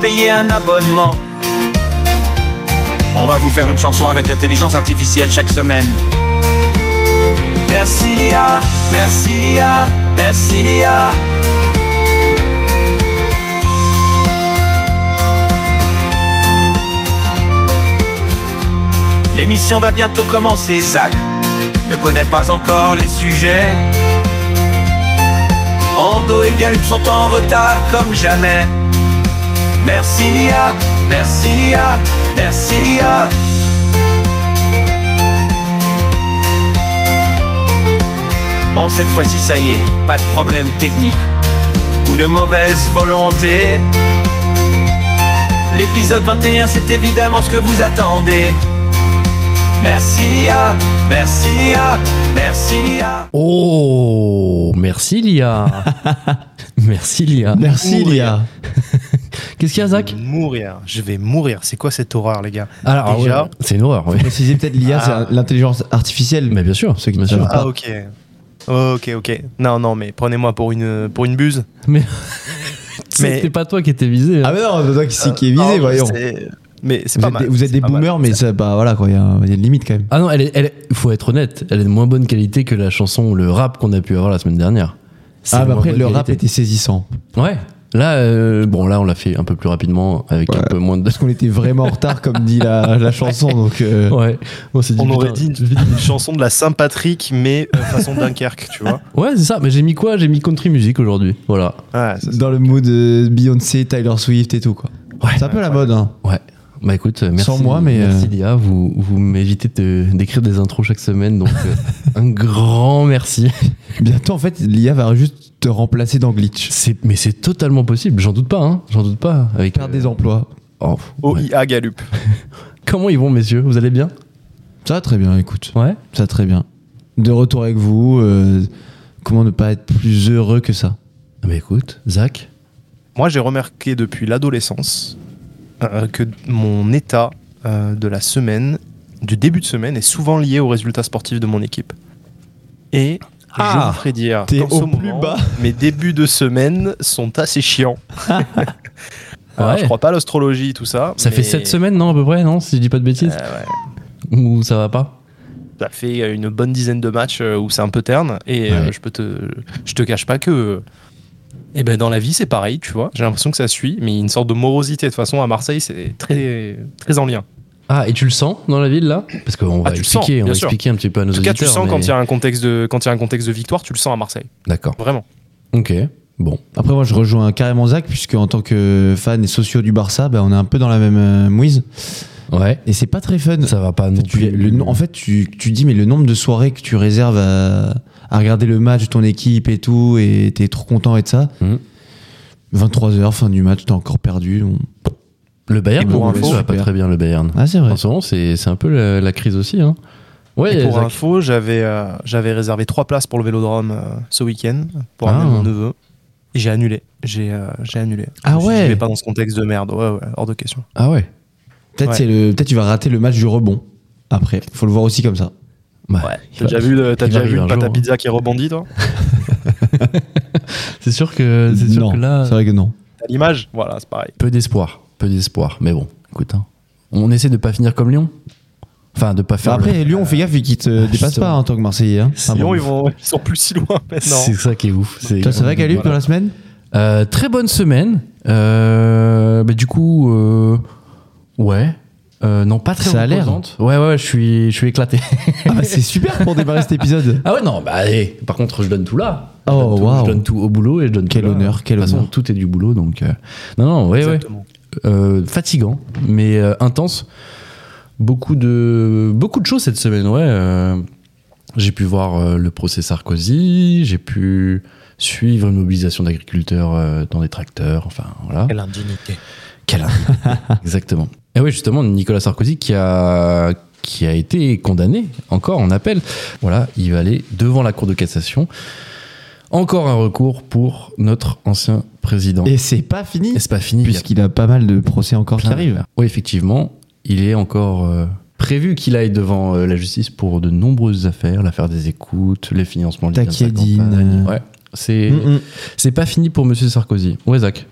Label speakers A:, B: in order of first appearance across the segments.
A: payer un abonnement.
B: On va vous faire une chanson avec l'intelligence artificielle chaque semaine.
A: Merci Lia, merci Lia, merci Lia. L'émission va bientôt commencer, Zach ne connaît pas encore les sujets. Ando et Gallup sont en retard comme jamais. Merci Lia, merci Lia, merci Lia. Bon, cette fois-ci, ça y est, pas de problème technique ou de mauvaise volonté. L'épisode 21, c'est évidemment ce que vous attendez. Merci Lia, merci Lia, merci Lia.
C: Oh, merci Lia. merci Lia.
D: Merci Lia.
C: Qu'est-ce qu'il y a, Zach
E: Mourir, je vais mourir. C'est quoi cette horreur, les gars
D: ah
C: Alors,
E: Déjà-
C: ouais, c'est une horreur, oui.
D: Préciser peut-être l'IA,
E: Ah.
D: c'est un- l'intelligence artificielle.
C: Mais bien sûr,
D: Ceux qui
C: bien
D: ne
C: sûr.
D: savent
E: Ah
D: pas.
E: ok. Ok, ok. Non, non, mais prenez-moi pour une, pour une buse.
C: Mais
E: Mais- euh,
C: c'était pas toi qui étais visé. hein.
D: Ah, mais non, c'est toi qui, c'est qui est visé,
E: Ah, Non,
D: voyons.
E: c'est- Mais c'est
D: Vous
E: pas
D: êtes,
E: mal.
D: des, vous êtes
E: c'est
D: des
E: pas mal.
D: boomers, mais ça, bah, voilà, quoi. Il y, a un- il y a une limite quand même.
C: Ah non, elle est, elle est- faut être honnête, elle est de moins bonne qualité que la chanson ou le rap qu'on a pu avoir la semaine dernière. C'est
D: Ah,
C: de
D: bah
C: moins
D: après,
C: bonne
D: le rap
C: qualité.
D: était saisissant.
C: Ouais. Là, euh, bon, là, on l'a fait un peu plus rapidement avec un peu moins de.
D: Parce qu'on était vraiment en retard, comme dit la, la chanson. Donc, euh,
C: Ouais. On s'est dit,
E: On aurait
C: putain.
E: dit une, une chanson de la Saint-Patrick, mais euh, façon Dunkerque, tu vois.
C: Ouais, c'est ça. Mais j'ai mis quoi J'ai mis country music aujourd'hui. Voilà.
E: Ouais, ça,
D: dans le mood euh, Beyoncé, Tyler Swift et tout, quoi.
C: Ouais.
D: C'est un peu la mode, hein.
C: Ouais. Bah écoute, euh, merci.
D: Sans moi, mais,
C: Merci
D: euh,
C: Lia, vous, vous m'évitez de- d'écrire des intros chaque semaine, donc euh, un grand merci.
D: Bientôt, en fait, l'IA va juste te remplacer dans Glitch.
C: C'est- Mais c'est totalement possible, j'en doute pas, hein, j'en doute pas. Avec,
D: Perdre
C: euh,
D: des emplois.
C: oh, pff, ouais.
E: OIA Galup.
C: Comment ils vont, messieurs Vous allez bien
D: Ça va très bien, écoute.
C: Ouais.
D: Ça va très bien. De retour avec vous, euh, comment ne pas être plus heureux que ça
C: Bah écoute, Zach,
E: Moi, j'ai remarqué depuis l'adolescence euh, que mon état euh, de la semaine, du début de semaine, est souvent lié aux résultats sportifs de mon équipe. Et je vous ferai dire
D: Ah, t'es
E: qu'en ce
D: au plus
E: moment,
D: bas.
E: mes débuts de semaine sont assez chiants. Alors,
C: Ouais.
E: Je crois pas à l'astrologie, tout ça.
C: ça fait
E: mais-
C: 7 semaines, non, à peu près, non Si je dis pas de bêtises
E: Euh, ouais.
C: Ou ça va pas
E: ça fait euh, une bonne dizaine de matchs euh, où c'est un peu terne et euh,
C: Ouais.
E: je peux te je te cache pas que euh, eh ben dans la vie c'est pareil tu vois j'ai l'impression que ça suit mais une sorte de morosité de toute façon à Marseille c'est très très en lien
C: Ah, et tu le sens dans la ville, là Parce qu'on
E: Ah,
C: va
E: tu le sens,
C: expliquer, on
E: bien
C: va
E: sûr.
C: expliquer un petit peu à nos
E: en tout cas
C: auditeurs.
E: tu sens
C: mais-
E: quand il y a un contexte de quand il y a un contexte de victoire tu le sens à Marseille
C: D'accord,
E: vraiment
C: ok, bon.
D: Après, moi, je rejoins carrément Zach, puisque en tant que fan et socio du Barça, bah, on est un peu dans la même euh, mouise.
C: Ouais,
D: Et c'est pas très fun.
C: ça va pas non
D: Tu-
C: plus.
D: le no- en fait, tu, tu dis, mais le nombre de soirées que tu réserves à, à regarder le match de ton équipe et tout, et t'es trop content et de ça.
C: Mhm.
D: 23h, fin du match, t'es encore perdu. On-
C: Le Bayern,
E: Et pour
C: pour
E: info,
C: ça va pas
D: super.
C: très bien, le Bayern.
D: Ah, c'est vrai.
C: En ce moment, c'est c'est un peu la, la crise aussi, hein Ouais,
E: et pour
C: Zach.
E: info j'avais euh, j'avais réservé trois places pour le Vélodrome euh, ce week-end pour
C: Ah.
E: amener mon neveu et j'ai annulé j'ai euh, j'ai annulé
D: Ah
E: Je me suis dit,
D: ouais.
E: je vais pas dans ce contexte de merde ouais, ouais hors de question
C: Ah ouais
D: Peut-être
E: Ouais.
D: c'est le- peut-être tu vas rater le match du rebond. Après, faut le voir aussi comme ça.
C: Bah, il
E: t'as
C: va-
E: déjà vu le- t'as
C: il
E: déjà
C: arrive
E: vu
C: un
E: le pâte
C: jour,
E: à
C: hein.
E: pizza qui rebondit toi
C: C'est sûr que, c'est sûr
D: non,
C: que là,
D: Euh, c'est vrai que non.
E: T'as l'image voilà c'est pareil
C: peu d'espoir, peu d'espoir. Mais bon, écoute, hein. on essaie de pas finir comme Lyon. Enfin, de pas faire.
D: Enfin,
C: le-
D: Bah après, Lyon, fais gaffe, ils te dépassent
C: justement.
D: pas en tant que Marseillais. Hein.
C: C'est-
D: Ah bon.
E: Lyon, ils, vont, ils sont plus si loin maintenant.
C: c'est ça qui est ouf. c'est-
D: Toi, ça va, Galup, dans la semaine
C: Euh, Très bonne semaine. Euh, bah, du coup, euh, ouais. Euh, non, pas très
D: Ça a l'air.
C: reposante. Ouais, ouais, ouais, je suis, je suis éclaté.
D: Ah bah, C'est super pour démarrer cet épisode.
C: ah ouais, non, bah allez. Par contre, je donne tout là. Je
D: Oh,
C: donne tout-
D: waouh.
C: Je donne tout au boulot et je donne
D: Quel
C: tout là.
D: honneur, quel
C: De toute façon,
D: honneur.
C: tout est du boulot, donc. euh, Non, non, ouais, ouais.
E: Exactement.
C: Euh, fatigant, mais euh, intense. Beaucoup de, beaucoup de choses cette semaine, ouais. Euh, j'ai pu voir euh, le procès Sarkozy, j'ai pu suivre une mobilisation d'agriculteurs euh, dans des tracteurs, enfin voilà.
E: Quelle indignité.
C: Quel Exactement. Et oui, justement, Nicolas Sarkozy qui a, qui a été condamné encore en appel. Voilà, il va aller devant la Cour de cassation. Encore un recours pour notre ancien président.
D: Et c'est pas fini,
C: Et c'est pas fini. il y a
D: puisqu'il a pas mal de procès encore qui
C: Plein
D: arrivent.
C: d'affaires. Oui, effectivement, il est encore euh, prévu qu'il aille devant euh, la justice pour de nombreuses affaires, l'affaire des écoutes, les financements liés à sa
D: Taquiadine,
C: campagne.
D: euh.
C: Ouais, c'est
D: Mm, mm.
C: c'est pas fini pour Monsieur Sarkozy. Ouais, Zach.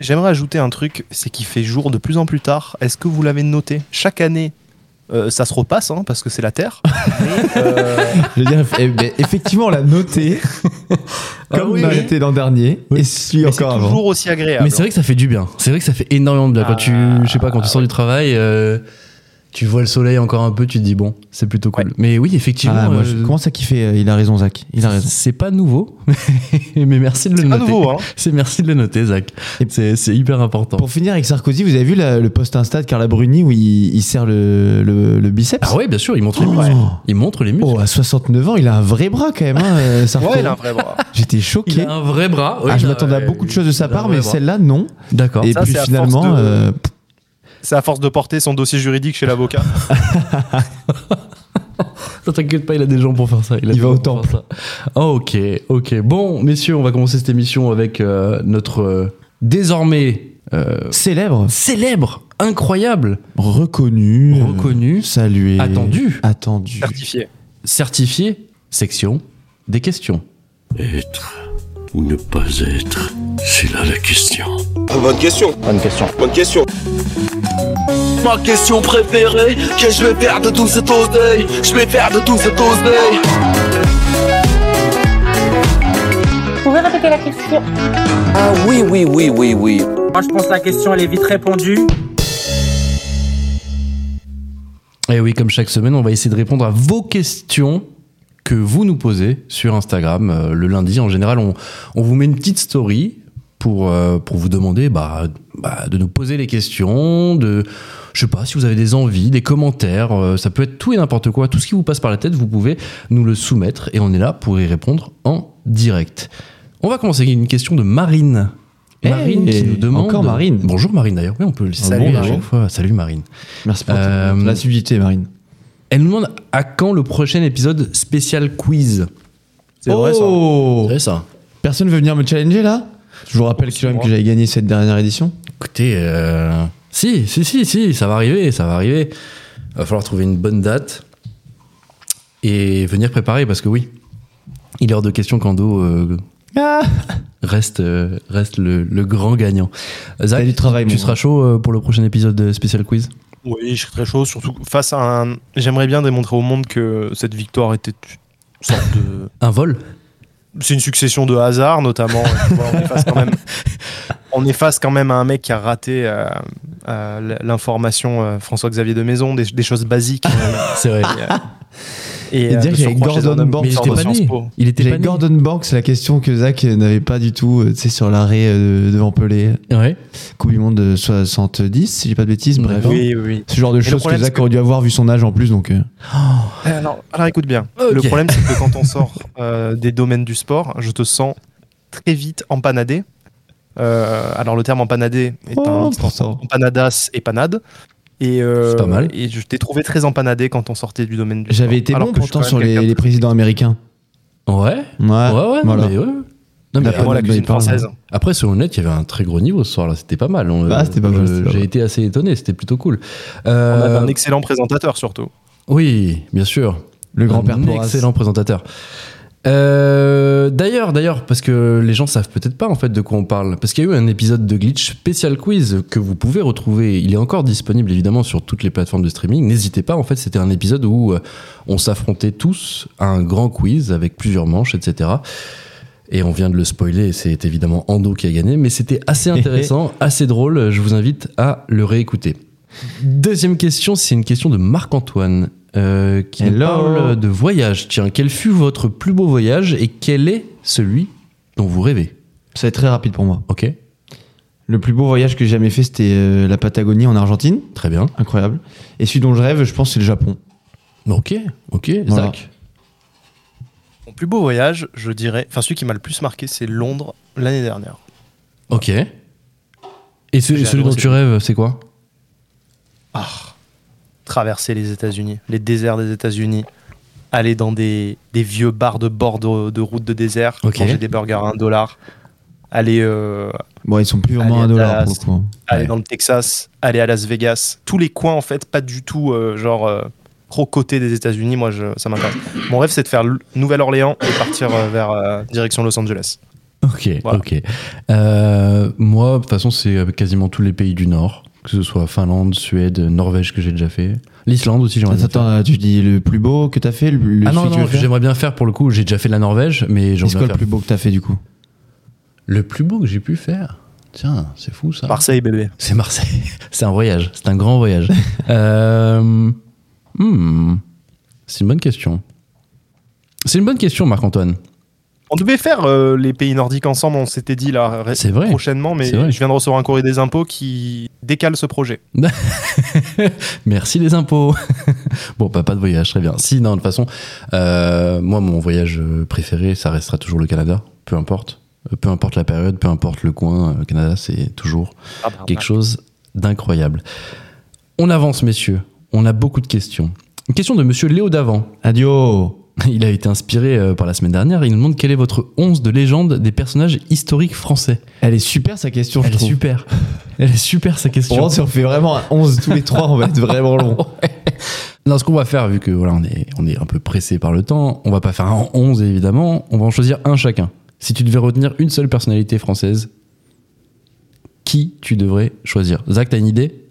E: J'aimerais ajouter un truc, c'est qu'il fait jour de plus en plus tard. Est-ce que vous l'avez noté Chaque année, euh, ça se repasse, hein, parce que c'est la Terre. Mais, euh,
D: Je veux dire, eff- eh ben, effectivement, on l'a noté
C: Ah
D: comme
C: oui,
D: on
C: oui.
D: était l'an dernier
C: Oui.
D: et celui
E: mais c'est
D: encore avant.
E: toujours aussi agréable.
C: Mais c'est vrai que ça fait du bien. C'est vrai que ça fait énormément de bien. Quand tu,
E: Ah,
C: je sais pas, quand tu sors du travail, euh, tu vois le soleil encore un peu, tu te dis bon, c'est plutôt cool. Mais oui, effectivement,
D: Ah, moi, je
C: euh,
D: commence à kiffer. euh, Il a raison, Zach. Il a raison.
C: c'est pas nouveau. mais merci de le
E: C'est pas
C: noter.
E: nouveau, hein.
C: C'est merci de le noter, Zach.
D: Et-
C: C'est c'est hyper important.
D: Pour finir avec Sarkozy, vous avez vu la- le post Insta de Carla Bruni où il, il serre le, le- le biceps
C: Ah ouais, bien sûr, il montre les
D: Oh.
C: muscles. Il montre les muscles.
D: Oh, à 69 ans, il a un vrai bras quand même, hein, euh, Sarko.
E: Ouais, il a un vrai bras.
D: J'étais
C: Il
D: choqué.
C: a un vrai bras.
D: Ah, je m'attendais à beaucoup de choses de sa part, mais celle-là, non.
C: D'accord.
D: Et
E: Ça,
D: puis
E: c'est à force
D: finalement,
E: de-
D: euh, pff,
E: C'est à force de porter son dossier juridique chez l'avocat.
C: Ne t'inquiète pas, il a des gens pour faire ça. a
D: Il
C: des
D: va
C: gens
D: au
C: pour
D: temple.
C: faire ça. Ah, ok, ok. Bon, messieurs, on va commencer cette émission avec euh, notre euh, désormais euh,
D: célèbre,
C: célèbre, incroyable,
D: reconnu, euh,
C: reconnu,
D: salué,
C: Attendu.
D: attendu.
E: Certifié.
C: certifié, section des questions.
F: Être ou ne pas être, c'est là la question.
G: Bonne question. Bonne question. Bonne question. Ma question préférée, que je vais faire de tout cet oseille. Je vais faire de tout cet oseille.
H: Vous pouvez répéter la question
G: Ah oui, oui, oui, oui, oui.
I: Moi, je pense que la question, elle est vite répondue.
C: Et oui, comme chaque semaine, on va essayer de répondre à vos questions que vous nous posez sur Instagram. Euh, le lundi, en général, on, on vous met une petite story pour, euh, pour vous demander bah, bah, de nous poser les questions, de, je sais pas, si vous avez des envies, des commentaires, euh, ça peut être tout et n'importe quoi, tout ce qui vous passe par la tête, vous pouvez nous le soumettre et on est là pour y répondre en direct. On va commencer avec une question de Marine.
D: Hey,
C: Marine qui nous demande.
D: Eh, encore Marine. Ah
C: Bonjour Marine d'ailleurs. Oui, on peut le saluer à
D: bonjour.
C: chaque fois. Salut Marine.
D: Merci pour
C: Euh,
D: la subtilité, Marine.
C: Elle nous demande à quand le prochain épisode spécial quiz.
E: C'est vrai ça.
D: Oh
C: C'est ça.
D: Personne veut venir me challenger là Je vous rappelle quand même que j'avais gagné cette dernière édition.
C: Écoutez, euh, si, si, si, si, ça va arriver, ça va arriver. Va falloir trouver une bonne date et venir préparer parce que oui, il est hors de question qu'Ando euh,
D: Ah
C: reste, euh, reste le, le grand gagnant. Zach,
D: T'as du travail,
C: tu
D: mon
C: seras chaud euh, pour le prochain épisode spécial quiz
E: Oui, je serais très chaud, surtout face à un. J'aimerais bien démontrer au monde que cette victoire était une sorte de.
C: Un vol
E: C'est une succession de hasards, notamment. Tu vois, on, est face quand même... on est face quand même à un mec qui a raté euh, euh, l'information euh, François-Xavier de Maison, des, des choses basiques. euh,
C: C'est vrai.
E: et euh,
D: Et dire
E: de
D: qu'il y avait
E: surcroît chez un
D: Gordon
E: homme
D: Banks,
E: qui
C: Mais il
E: sort
C: était pas
E: de Sciences
C: né.
E: Po.
C: Il était
D: J'ai
C: pas né.
D: Gordon Banks, la question que Zach n'avait pas du tout, euh, tu sais, sur l'arrêt euh, devant Pelé,
C: Ouais.
D: Coupe du Monde de 70, si j'ai pas de bêtises, bref.
C: D'accord.
E: Oui, oui, oui.
D: Ce genre de choses que
E: problème,
D: Zach
E: c'est que-
D: aurait dû avoir vu son âge en plus, donc. euh,
E: Euh, Alors, alors, écoute bien.
C: Ok.
E: Le problème, c'est que quand on sort euh, des domaines du sport, je te sens très vite empanadé. Euh, alors, le terme empanadé est un
D: oh,
E: mix
D: pour ça.
E: entre empanadas et panade. Et, euh,
C: C'est pas mal.
E: Et je t'ai trouvé très empanadé quand on sortait du domaine du sport.
D: J'avais été
E: Alors
D: bon
E: que je suis
D: pourtant
E: quand
D: sur
E: même
D: les,
E: quelqu'un de-
D: les présidents américains.
C: Ouais. Ouais,
D: Ouais,
C: ouais, non,
D: voilà.
C: mais ouais. Non, Ah, mais hein.
D: D'après
E: Et moi, la
D: Bah,
E: cuisine
D: il parle,
E: française.
C: Après, soyons honnêtes, il y avait un très gros niveau ce soir-là. C'était pas mal. On-
D: Bah, c'était pas mal,
C: je-
D: c'était pas
C: J'ai
D: mal.
C: été assez étonné. C'était plutôt cool.
E: On
C: Euh,
E: avait un excellent présentateur, surtout.
C: Oui, bien sûr.
D: Le grand-père
C: Un
D: Porras.
C: excellent présentateur. Euh, d'ailleurs, d'ailleurs, parce que les gens savent peut-être pas en fait de quoi on parle, parce qu'il y a eu un épisode de Glitch spécial quiz que vous pouvez retrouver. Il est encore disponible évidemment sur toutes les plateformes de streaming. N'hésitez pas. En fait, c'était un épisode où euh, on s'affrontait tous à un grand quiz avec plusieurs manches, etc. Et on vient de le spoiler. C'est évidemment Ando qui a gagné, mais c'était assez intéressant, assez drôle. Je vous invite à le réécouter. Deuxième question, c'est une question de Marc-Antoine euh, qui nous
D: Hello.
C: parle de voyage. Tiens, quel fut votre plus beau voyage et quel est celui dont vous rêvez
D: Ça va être très rapide pour moi.
C: Ok,
D: Le plus beau voyage que j'ai jamais fait, c'était euh, la Patagonie en Argentine.
C: très bien.
D: Incroyable. Et celui dont je rêve, je pense, c'est le Japon.
C: Ok, ok,
D: Voilà.
C: Zach.
E: Mon plus beau voyage, je dirais. Enfin, celui qui m'a le plus marqué, c'est Londres l'année dernière.
C: Ok. Et ce- celui
E: J'ai adoré
C: dont
E: cette
C: tu rêves, c'est quoi
E: Ah, traverser les États-Unis, les déserts des États-Unis, aller dans des, des vieux bars de bord de, de route de désert,
C: Ok.
E: manger des burgers à un dollar, aller, euh,
D: Bon, ils sont plus vraiment
E: Allez,
D: à un dollar pour
E: Dallas.
D: le coup. hein.
E: aller
C: Ouais.
E: dans le Texas, aller à Las Vegas, tous les coins en fait, pas du tout euh, genre euh, crocoté des États-Unis. Moi, je, ça m'intéresse. Mon rêve, c'est de faire L- Nouvelle-Orléans et partir euh, vers euh, direction Los Angeles.
C: Ok,
E: Voilà.
C: ok. Euh, moi, de toute façon, c'est avec quasiment tous les pays du Nord, que ce soit Finlande, Suède, Norvège que j'ai déjà fait. L'Islande aussi, j'aimerais
D: Attends,
C: bien faire.
D: attends, tu dis le plus beau que t'as fait le, le
C: Ah
D: celui
C: non,
D: que tu veux
C: non,
D: faire
C: j'aimerais bien faire pour le coup. J'ai déjà fait la Norvège, mais j'en
D: C'est
C: veux
D: quoi le
C: faire.
D: plus beau que t'as fait du coup
C: Le plus beau que j'ai pu faire Tiens, c'est fou ça.
E: Marseille, bébé.
C: C'est Marseille. C'est un voyage. C'est un grand voyage. Euh, hmm, C'est une bonne question. C'est une bonne question, Marc-Antoine.
E: On devait faire euh, les pays nordiques ensemble, on s'était dit là ré-
C: C'est vrai.
E: prochainement, mais
C: C'est vrai.
E: je viens de recevoir un courrier des impôts qui décale ce projet.
C: Merci les impôts. bon, bah, pas de voyage, très bien. Si, non, de toute façon, euh, moi, mon voyage euh, préféré, ça restera toujours le Canada, peu importe. Euh, Peu importe la période, peu importe le coin, euh, le Canada, c'est toujours quelque chose d'incroyable. On avance, messieurs. On a beaucoup de questions. Une question de monsieur Léo Davant.
D: Adio
C: Il a été inspiré euh, par la semaine dernière. Il nous demande quel est votre 11 de légende des personnages historiques français.
D: Elle est super sa question, je
C: Elle est
D: trouve.
C: super. Elle est super, sa question.
D: Pour voir si on fait vraiment un 11 tous les trois, on va être vraiment long.
C: Non, ce qu'on va faire, vu que voilà, on est, on est un peu pressé par le temps, on va pas faire un en 11 évidemment, on va en choisir un chacun. Si tu devais retenir une seule personnalité française, qui tu devrais choisir Zach, t'as une idée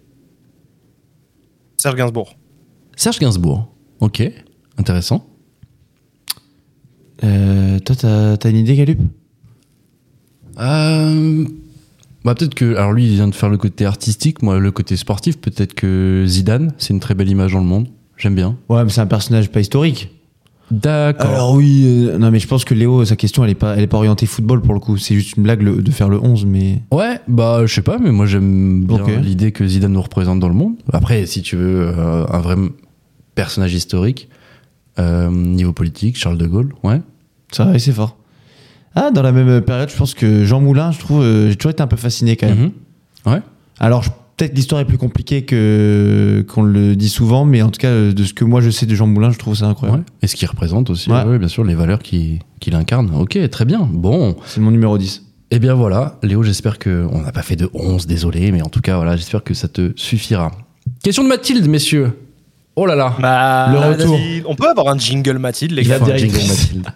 E: Serge Gainsbourg.
C: Serge Gainsbourg. Ok, intéressant.
D: Euh, toi, t'as t'as une idée, Galup
C: Euh, bah, peut-être que. Alors lui, il vient de faire le côté artistique, moi, le côté sportif, peut-être que Zidane, c'est une très belle image dans le monde. J'aime bien.
D: Ouais, mais c'est un personnage pas historique.
C: D'accord.
D: Alors oui, euh, non mais je pense que Léo, sa question, elle est pas, elle est pas orientée football pour le coup. C'est juste une blague le- de faire le 11, mais
C: Ouais, bah je sais pas, mais moi j'aime bien
D: Ok.
C: l'idée que Zidane nous représente dans le monde. Après, si tu veux euh, un vrai m- personnage historique, euh, niveau politique, Charles de Gaulle, ouais.
D: ça va, c'est fort. Ah, dans la même période, je pense que Jean Moulin, je trouve, euh, j'ai toujours été un peu fasciné quand même.
C: Mhm. Ouais.
D: Alors je- peut-être l'histoire est plus compliquée que qu'on le dit souvent, mais en tout cas, euh, de ce que moi je sais de Jean Moulin, je trouve ça incroyable.
C: ouais. Et ce qu'il représente aussi,
D: Ouais.
C: ouais, bien sûr, les valeurs qu'il qu'il incarne. Ok, très bien. Bon,
D: C'est mon numéro 10.
C: Eh bien voilà, Léo, j'espère que. On n'a pas fait de 11, désolé, mais en tout cas, voilà, j'espère que ça te suffira. Question de Mathilde, messieurs. Oh là là.
D: Le retour.
E: Bah, Mathilde. On peut avoir un jingle Mathilde, les
C: Il
E: gars.
C: faut un jingle Mathilde.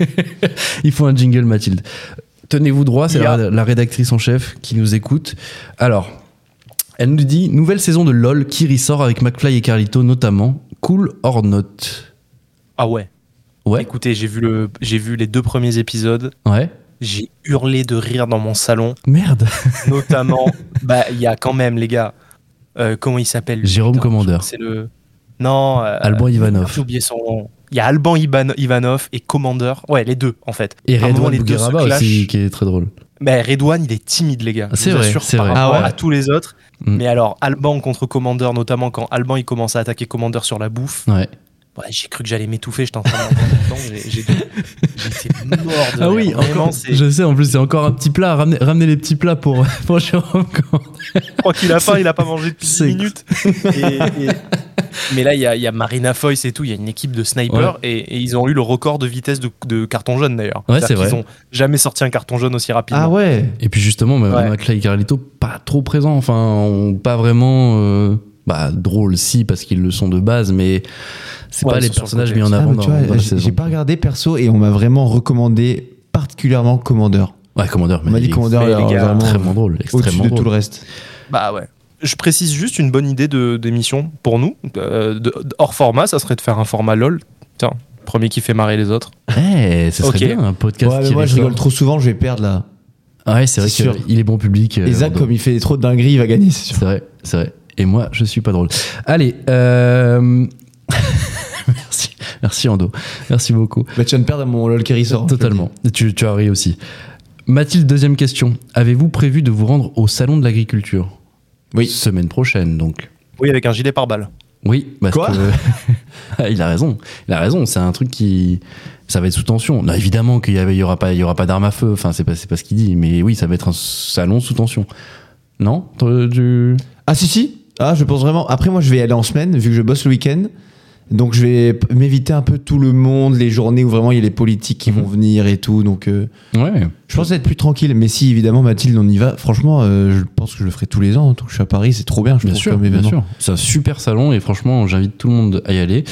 C: Il faut un jingle Mathilde. Tenez-vous droit, c'est la, la rédactrice en chef qui nous écoute. Alors, elle nous dit nouvelle saison de LOL qui ressort avec McFly et Carlito notamment. Cool or not
E: Ah ouais.
C: Ouais.
E: Écoutez, j'ai vu, le... j'ai vu les deux premiers épisodes.
C: Ouais.
E: J'ai hurlé de rire dans mon salon.
C: Merde.
E: Notamment, bah, il y a quand même, les gars. euh, comment il s'appelle lui
C: Jérôme
E: Putain,
C: Commandeur.
E: C'est le. Non. euh,
C: Alban
E: J'ai
C: Ivanov.
E: oublié son nom. Il y a Alban Iban- Ivanov et Commandeur. Ouais, les deux, en fait.
C: Et
E: À un moment,
C: Redouane
E: les deux se
C: Bougueraba aussi,
E: clashent.
C: qui est très drôle.
E: Mais Bah, Redouane, il est timide, les gars.
C: Ah, c'est
E: Je vous
C: vrai,
E: assure,
C: c'est
E: par
C: vrai.
E: rapport
D: Ah ouais.
E: à tous les autres.
C: Mm.
E: Mais alors, Alban contre Commandeur, notamment quand Alban, il commence à attaquer Commandeur sur la bouffe.
C: Ouais.
E: Ouais, j'ai cru que j'allais m'étouffer, j'étais en train de m'entendre dedans, j'ai- j'ai- J'étais mort de
C: Ah
E: rire.
C: oui,
E: Vraiment,
C: encore,
E: c'est-
C: je sais, en plus, c'est encore un petit plat. Ramenez, ramenez les petits plats pour, pour Jérôme. Commandeur.
E: Je crois qu'il a faim, il a pas mangé depuis
C: c'est-
E: 10 minutes. Et- et- Mais là, il y a, il y a Marina Foyce et tout, il y a une équipe de snipers et, et ils ont eu le record de vitesse de, de carton jaune d'ailleurs.
C: Ouais, c'est
E: C'est-à-dire
C: vrai.
E: qu'ils ont jamais sorti un carton jaune aussi rapidement.
D: Ah ouais.
C: Et puis justement, bah,
E: Ouais.
C: McFly et Carlito, pas trop présents, enfin, on- pas vraiment euh, bah, drôles, si, parce qu'ils le sont de base, mais c'est
E: Ouais,
C: pas
E: ils
C: les
E: sont sur le
C: personnages
E: côté.
C: mis en
D: Ah,
C: avant
D: mais tu
C: dans,
D: vois,
C: dans la
D: j'ai-
C: saison.
D: j'ai pas regardé perso et on m'a vraiment recommandé particulièrement Commandeur.
C: Ouais, Commandeur,
D: On m'a
C: mais
D: dit
C: il est
D: Commandeur,
E: mais les
D: alors,
E: gars,
D: vraiment,
C: extrêmement drôle, extrêmement
D: au-dessus de tout le
C: drôle.
D: reste.
E: Bah ouais. Je précise juste une bonne idée de- d'émission pour nous, euh, de- de- hors format, ça serait de faire un format LOL. Tiens, premier qui fait marrer les autres.
C: Eh, ce serait
E: Ok.
C: bien, un podcast
D: Ouais, mais
C: qui
D: moi je
C: ressort.
D: rigole trop souvent, je vais perdre là.
C: Ouais, c'est vrai
D: C'est sûr.
C: qu'il est bon public. euh,
D: et Zach,
C: Bordeaux.
D: comme il fait trop de dingueries, il va gagner, c'est sûr.
C: C'est vrai, c'est vrai. Et moi, je suis pas drôle. Allez, euh... merci, merci Ando, merci beaucoup.
D: Bah, tu viens de perdre à mon LOL qui ressort.
C: Totalement. Tu, tu as ri aussi. Mathilde, deuxième question. Avez-vous prévu de vous rendre au Salon de l'agriculture
D: Oui.
C: Semaine prochaine, donc.
E: Oui, avec un gilet pare-balles.
C: Oui, parce
D: Quoi
C: que- il a raison. Il a raison. C'est un truc qui. Ça va être sous tension. Non, évidemment qu'il y, avait- il y aura pas, il y aura pas d'armes à feu. Enfin, c'est pas, c'est pas ce qu'il dit. Mais oui, ça va être un salon sous tension. Non Toi, tu-
D: Ah si, si. Ah, je pense vraiment. Après, moi je vais aller en semaine, vu que je bosse le week-end. Donc je vais p- m'éviter un peu tout le monde, les journées où vraiment il y a les politiques qui vont
C: Mhm.
D: venir et tout. Donc euh,
C: Ouais.
D: je pense être plus tranquille. Mais si, évidemment, Mathilde, on y va. Franchement, euh, je pense que je le ferai tous les ans. Tant que je suis à Paris, c'est trop bien, je
C: Bien
D: trouve,
C: sûr,
D: comme
C: bien
D: événement.
C: sûr. C'est un super salon et franchement, j'invite tout le monde à y aller.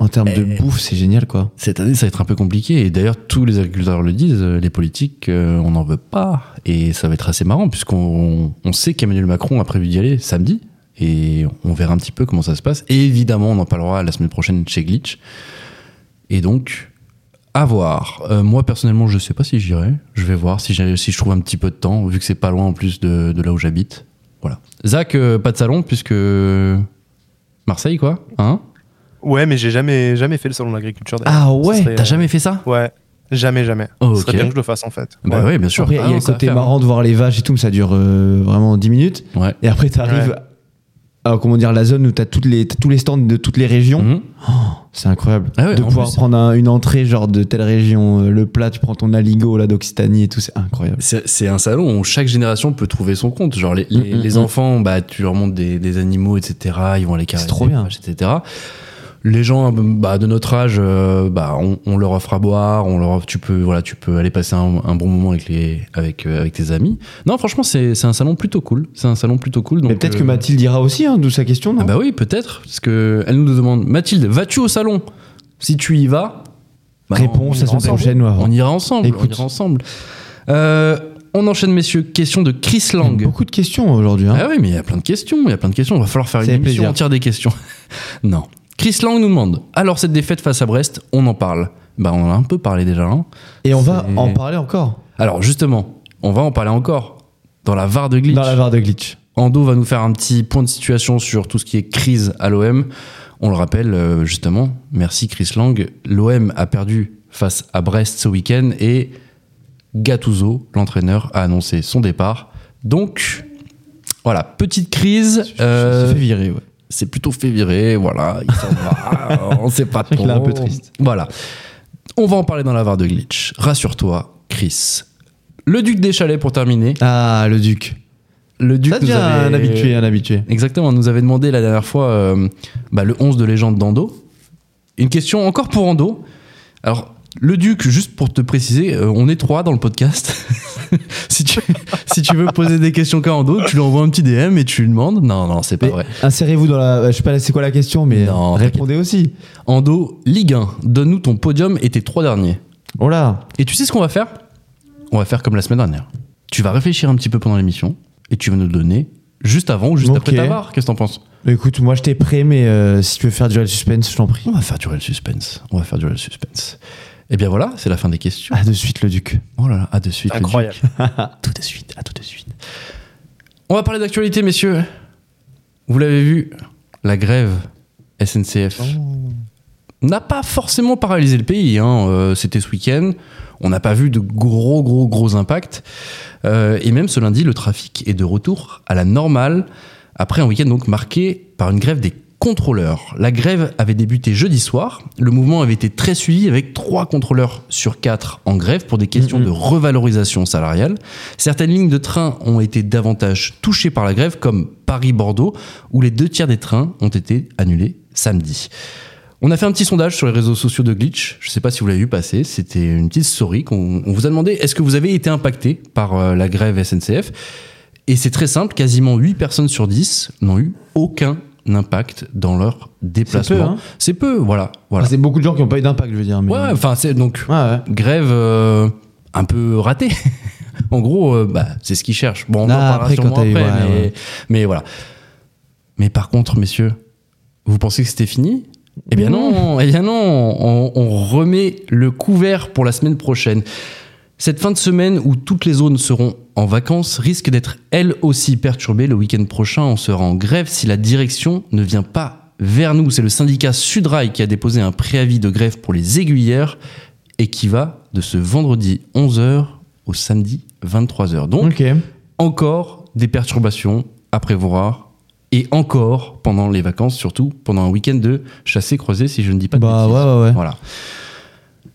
D: En termes de
C: Eh.
D: bouffe, c'est génial, quoi.
C: Cette année, ça va être un peu compliqué. Et d'ailleurs, tous les agriculteurs le disent, euh, les politiques, euh, on n'en veut pas. Et ça va être assez marrant, puisqu'on on sait qu'Emmanuel Macron a prévu d'y aller samedi. Et on verra un petit peu comment ça se passe. Et évidemment, on en parlera la semaine prochaine chez Glitch. Et donc, à voir. Euh, moi, personnellement, je sais pas si j'irai. Je vais voir si, j'ai- si je trouve un petit peu de temps, vu que c'est pas loin en plus de, de là où j'habite. Voilà. Zach, euh, pas de salon, puisque. Marseille, quoi Hein
E: Ouais, mais j'ai jamais, jamais fait le salon de l'agriculture. d'ailleurs.
D: Ah
E: Ce
D: ouais
E: serait,
C: T'as
E: euh,
C: jamais fait ça
E: Ouais, jamais, jamais.
C: Oh,
E: Ce serait
C: ok.
E: bien que je le fasse en fait.
C: Bah
E: Ouais.
C: oui, bien sûr.
D: Après, il
C: Ah,
D: y a le
C: ça va
D: côté
C: faire.
D: marrant de voir les vaches et tout, mais ça dure euh, vraiment 10 minutes.
C: Ouais.
D: Et après, t'arrives
E: Ouais.
D: à comment dire, la zone où t'as toutes les, t'as tous les stands de toutes les régions.
C: Mhm.
D: C'est incroyable.
C: Ah ouais,
D: de
C: en
D: pouvoir
C: plus.
D: prendre un- une entrée, genre de telle région, euh, le plat, tu prends ton aligot là d'Occitanie et tout, c'est incroyable.
C: C'est c'est un salon où chaque génération peut trouver son compte. Genre les, les,
D: Mm, mm,
C: les
D: mm.
C: enfants, bah tu leur montres des, des animaux, etc. Ils vont aller caresser,
D: trop bien.
C: etc. Les gens bah, de notre âge, euh, bah, on, on leur offre à boire, on leur offre- tu peux voilà, tu peux aller passer un, un bon moment avec les avec euh, avec tes amis. Non, franchement, c'est c'est un salon plutôt cool. C'est un salon plutôt cool. Donc,
D: Mais peut-être
C: euh,
D: que Mathilde ira aussi, hein, d'où sa question, non
C: ah bah oui, peut-être parce que elle nous demande Mathilde, vas-tu au salon Si tu y vas, bah,
D: Réponse la
C: on ira
D: semaine
C: ensemble.
D: prochaine. ouais.
C: On ira ensemble.
D: Oh. Écoute.
C: On ira ensemble. Euh, on enchaîne, messieurs. Question de Chris Lang.
D: Beaucoup de questions aujourd'hui. Hein.
C: Ah oui, mais il y a plein de questions, il y a plein de questions. Il va falloir faire une
D: Ça fait
C: émission
D: plaisir.
C: entière des questions. non. Chris Lang nous demande Alors, cette défaite face à Brest, on en parle Bah, on en a un peu parlé déjà. hein.
D: et on va
C: c'est-
D: en parler encore
C: Alors, justement, on va en parler encore dans la VAR de glitch.
D: dans la barre de glitch.
C: Ando va nous faire un petit point de situation sur tout ce qui est crise à l'OM. On le rappelle, euh, justement, merci Chris Lang. L'OM a perdu face à Brest ce week-end et Gattuso, l'entraîneur, a annoncé son départ. Donc, voilà, petite crise.
D: Je
C: euh,
D: me suis fait virer, ouais.
C: c'est plutôt fait virer, voilà, il s'en va, on sait pas
D: C'est vrai
C: trop.
D: qu'il est un peu triste.
C: Voilà. On va en parler dans la VAR de glitch. Rassure-toi, Chris. Le duc des chalets pour terminer.
D: Ah, le duc.
C: Le duc
D: Ça
C: nous
D: devient
C: avait-
D: un habitué, un habitué.
C: Exactement, on nous avait demandé la dernière fois euh, bah, le 11 de légende d'Ando. Une question encore pour Ando. Alors, le Duc, juste pour te préciser, euh, on est trois dans le podcast. si, tu, si tu veux poser des questions qu'à Ando, tu lui envoies un petit DM et tu lui demandes. Non, non, c'est pas
D: Mais
C: vrai.
D: Insérez-vous dans la. euh, Je sais pas c'est quoi la question, mais
C: Non,
D: répondez aussi.
C: Ando, Ligue 1, donne-nous ton podium et tes trois derniers.
D: Oh là
C: Et tu sais ce qu'on va faire On va faire comme la semaine dernière. Tu vas réfléchir un petit peu pendant l'émission et tu vas nous donner juste avant ou juste après
D: Ok.
C: ta barre. Qu'est-ce que t'en penses
D: Écoute, moi je t'ai prêt, mais euh, si tu veux faire durer le suspense, je t'en prie.
C: On va faire durer le suspense. On va faire durer le suspense. Et bien voilà, c'est la fin des questions.
D: Ah, de suite, le duc.
C: Oh là là, à de suite. le
E: Incroyable.
C: Duc. tout de suite, à tout de suite. On va parler d'actualité, messieurs. Vous l'avez vu, la grève SNCF n'a pas forcément paralysé le pays. hein. Euh, C'était ce week-end. On n'a pas vu de gros, gros, gros impacts. Euh, et même ce lundi, le trafic est de retour à la normale après un week-end donc marqué par une grève des contrôleurs. La grève avait débuté jeudi soir. Le mouvement avait été très suivi avec trois contrôleurs sur quatre en grève pour des questions de revalorisation salariale. Certaines lignes de train ont été davantage touchées par la grève, comme Paris-Bordeaux, où les deux tiers des trains ont été annulés samedi. On a fait un petit sondage sur les réseaux sociaux de Glitch. Je ne sais pas si vous l'avez vu passer. C'était une petite story qu'on on vous a demandé est-ce que vous avez été impacté par euh, la grève SNCF Et c'est très simple quasiment 8 personnes sur 10 n'ont eu aucun impact dans leur déplacement.
D: hein.
C: C'est peu, voilà.
D: Enfin,
C: voilà.
D: Ah, c'est beaucoup de gens qui n'ont pas eu d'impact, je veux dire. mais- euh,
C: ouais, enfin, c'est donc
D: ouais, ouais.
C: grève euh, un peu ratée. en gros, euh, bah, c'est ce qu'ils cherchent. Bon, on
D: Ah,
C: en parlera
D: après,
C: sûrement
D: quand t'as
C: après,
D: eu- ouais,
C: mais,
D: ouais.
C: mais voilà. Mais par contre, messieurs, vous pensez que c'était fini Eh bien non, eh bien non, on, on remet le couvert pour la semaine prochaine. Cette fin de semaine où toutes les zones seront en vacances risque d'être elle aussi perturbée. Le week-end prochain, on sera en grève si la direction ne vient pas vers nous. C'est le syndicat Sudrail qui a déposé un préavis de grève pour les aiguilleurs et qui va de ce vendredi 11h au samedi 23h. Donc,
D: Ok.
C: encore des perturbations à prévoir et encore pendant les vacances, surtout pendant un week-end de chassé-croisé, si je ne dis pas de
D: Bah ouais,
C: bêtises.
D: ouais, ouais.
C: Voilà.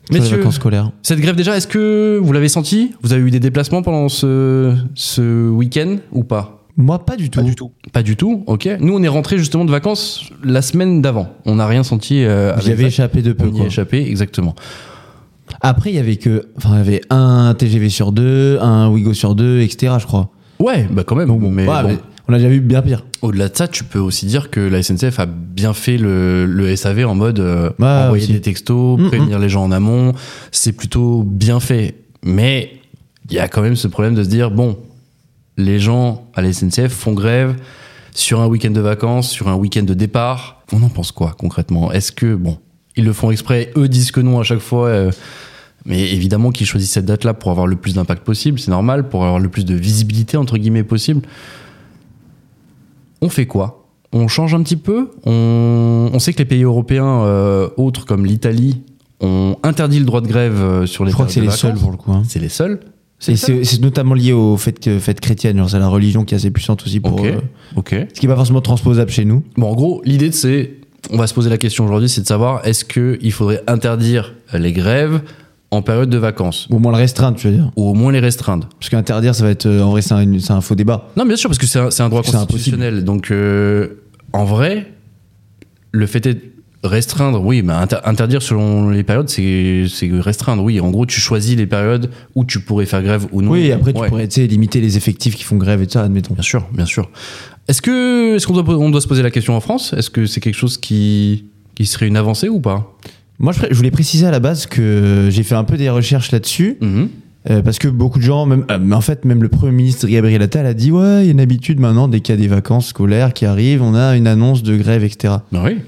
D: Sur les
C: Messieurs,
D: vacances scolaires.
C: cette grève déjà, est-ce que vous l'avez senti Vous avez eu des déplacements pendant ce, ce week-end ou pas
D: Moi, pas du tout.
E: Pas du tout.
C: Pas du tout, ok. Nous, on est rentré justement de vacances la semaine d'avant. On n'a rien senti. Euh,
D: J'y
C: avec
D: avais
C: ça.
D: échappé de peu.
C: On y
D: quoi.
C: a échappé, exactement.
D: Après, il y avait que. Enfin, il y avait un TGV sur deux, un Wigo sur deux, etc., je crois.
C: Ouais, bah quand même. mais
D: Ouais,
C: bon.
D: mais On a déjà vu bien pire.
C: Au-delà de ça, tu peux aussi dire que la SNCF a bien fait le, le SAV en mode euh,
D: Ouais,
C: envoyer
D: aussi.
C: des textos,
D: Mm,
C: prévenir les gens en amont. C'est plutôt bien fait. Mais il y a quand même ce problème de se dire bon, les gens à la SNCF font grève sur un week-end de vacances, sur un week-end de départ. On en pense quoi concrètement Est-ce que, bon, ils le font exprès, eux disent que non à chaque fois euh, mais évidemment qu'ils choisissent cette date-là pour avoir le plus d'impact possible, c'est normal, pour avoir le plus de visibilité, entre guillemets, possible. On fait quoi On change un petit peu on, on sait que les pays européens, euh, autres comme l'Italie, ont interdit le droit de grève euh, sur les
D: Je crois que c'est les
C: périodes de vacances.
D: seuls pour le coup. hein.
C: C'est les seuls
D: Et c'est c'est notamment lié au fait que fête chrétienne, genre c'est la religion qui est assez puissante aussi pour.
C: Ok.
D: euh,
C: Ok.
D: ce qui n'est pas forcément transposable chez nous.
C: Bon, en gros, l'idée, c'est, on va se poser la question aujourd'hui, c'est de savoir est-ce qu'il faudrait interdire les grèves en période de vacances
D: Ou au moins le restreindre, tu veux dire.
C: ou au moins les restreindre.
D: Parce qu'interdire, ça va être. euh, en vrai, c'est un, une- c'est un faux débat.
C: Non, bien sûr, parce que c'est un, c'est un droit
D: Parce que c'est
C: constitutionnel. Donc, euh, en vrai, le fait est restreindre, oui, mais inter- interdire selon les périodes, c'est c'est restreindre, oui. En gros, tu choisis les périodes où tu pourrais faire grève ou non.
D: Oui, et après, tu
C: Ouais.
D: pourrais tu sais, limiter les effectifs qui font grève et tout ça, admettons.
C: Bien sûr, bien sûr. Est-ce que est-ce qu'on doit, on doit se poser la question en France Est-ce que c'est quelque chose qui, qui serait une avancée ou pas
D: Moi, je, pré- je voulais préciser à la base que j'ai fait un peu des recherches là-dessus.
C: Mhm.
D: euh, parce que beaucoup de gens, même, euh, mais en fait, même le Premier ministre Gabriel Attal a dit Ouais, il y a une habitude maintenant, dès qu'il y a des vacances scolaires qui arrivent, on a une annonce de grève, etc.
C: Ah Oui.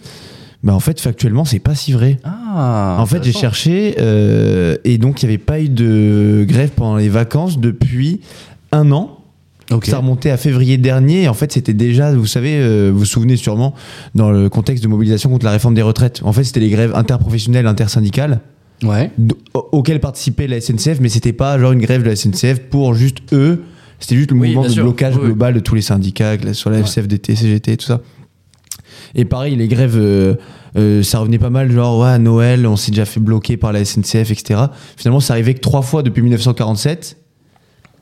D: Bah, en fait, factuellement, c'est pas si vrai.
C: Ah.
D: En fait, j'ai
C: intéressant.
D: cherché euh, et donc il n'y avait pas eu de grève pendant les vacances depuis un an.
C: Ok.
D: Ça remontait à février dernier. Et en fait, c'était déjà, vous savez, euh, vous vous souvenez sûrement, dans le contexte de mobilisation contre la réforme des retraites. En fait, c'était les grèves interprofessionnelles, intersyndicales,
C: Ouais.
D: d- au- auxquelles participait la SNCF, mais c'était pas genre une grève de la SNCF pour juste eux. C'était juste le
C: Oui,
D: mouvement
C: bien
D: de
C: sûr.
D: blocage
C: Oui, oui.
D: global de tous les syndicats, que la- soit la
C: Ouais.
D: CFDT, CGT, tout ça. Et pareil, les grèves, euh, euh, ça revenait pas mal, genre, ouais, à Noël, on s'est déjà fait bloquer par la SNCF, etc. Finalement, ça arrivait que trois fois depuis 1947.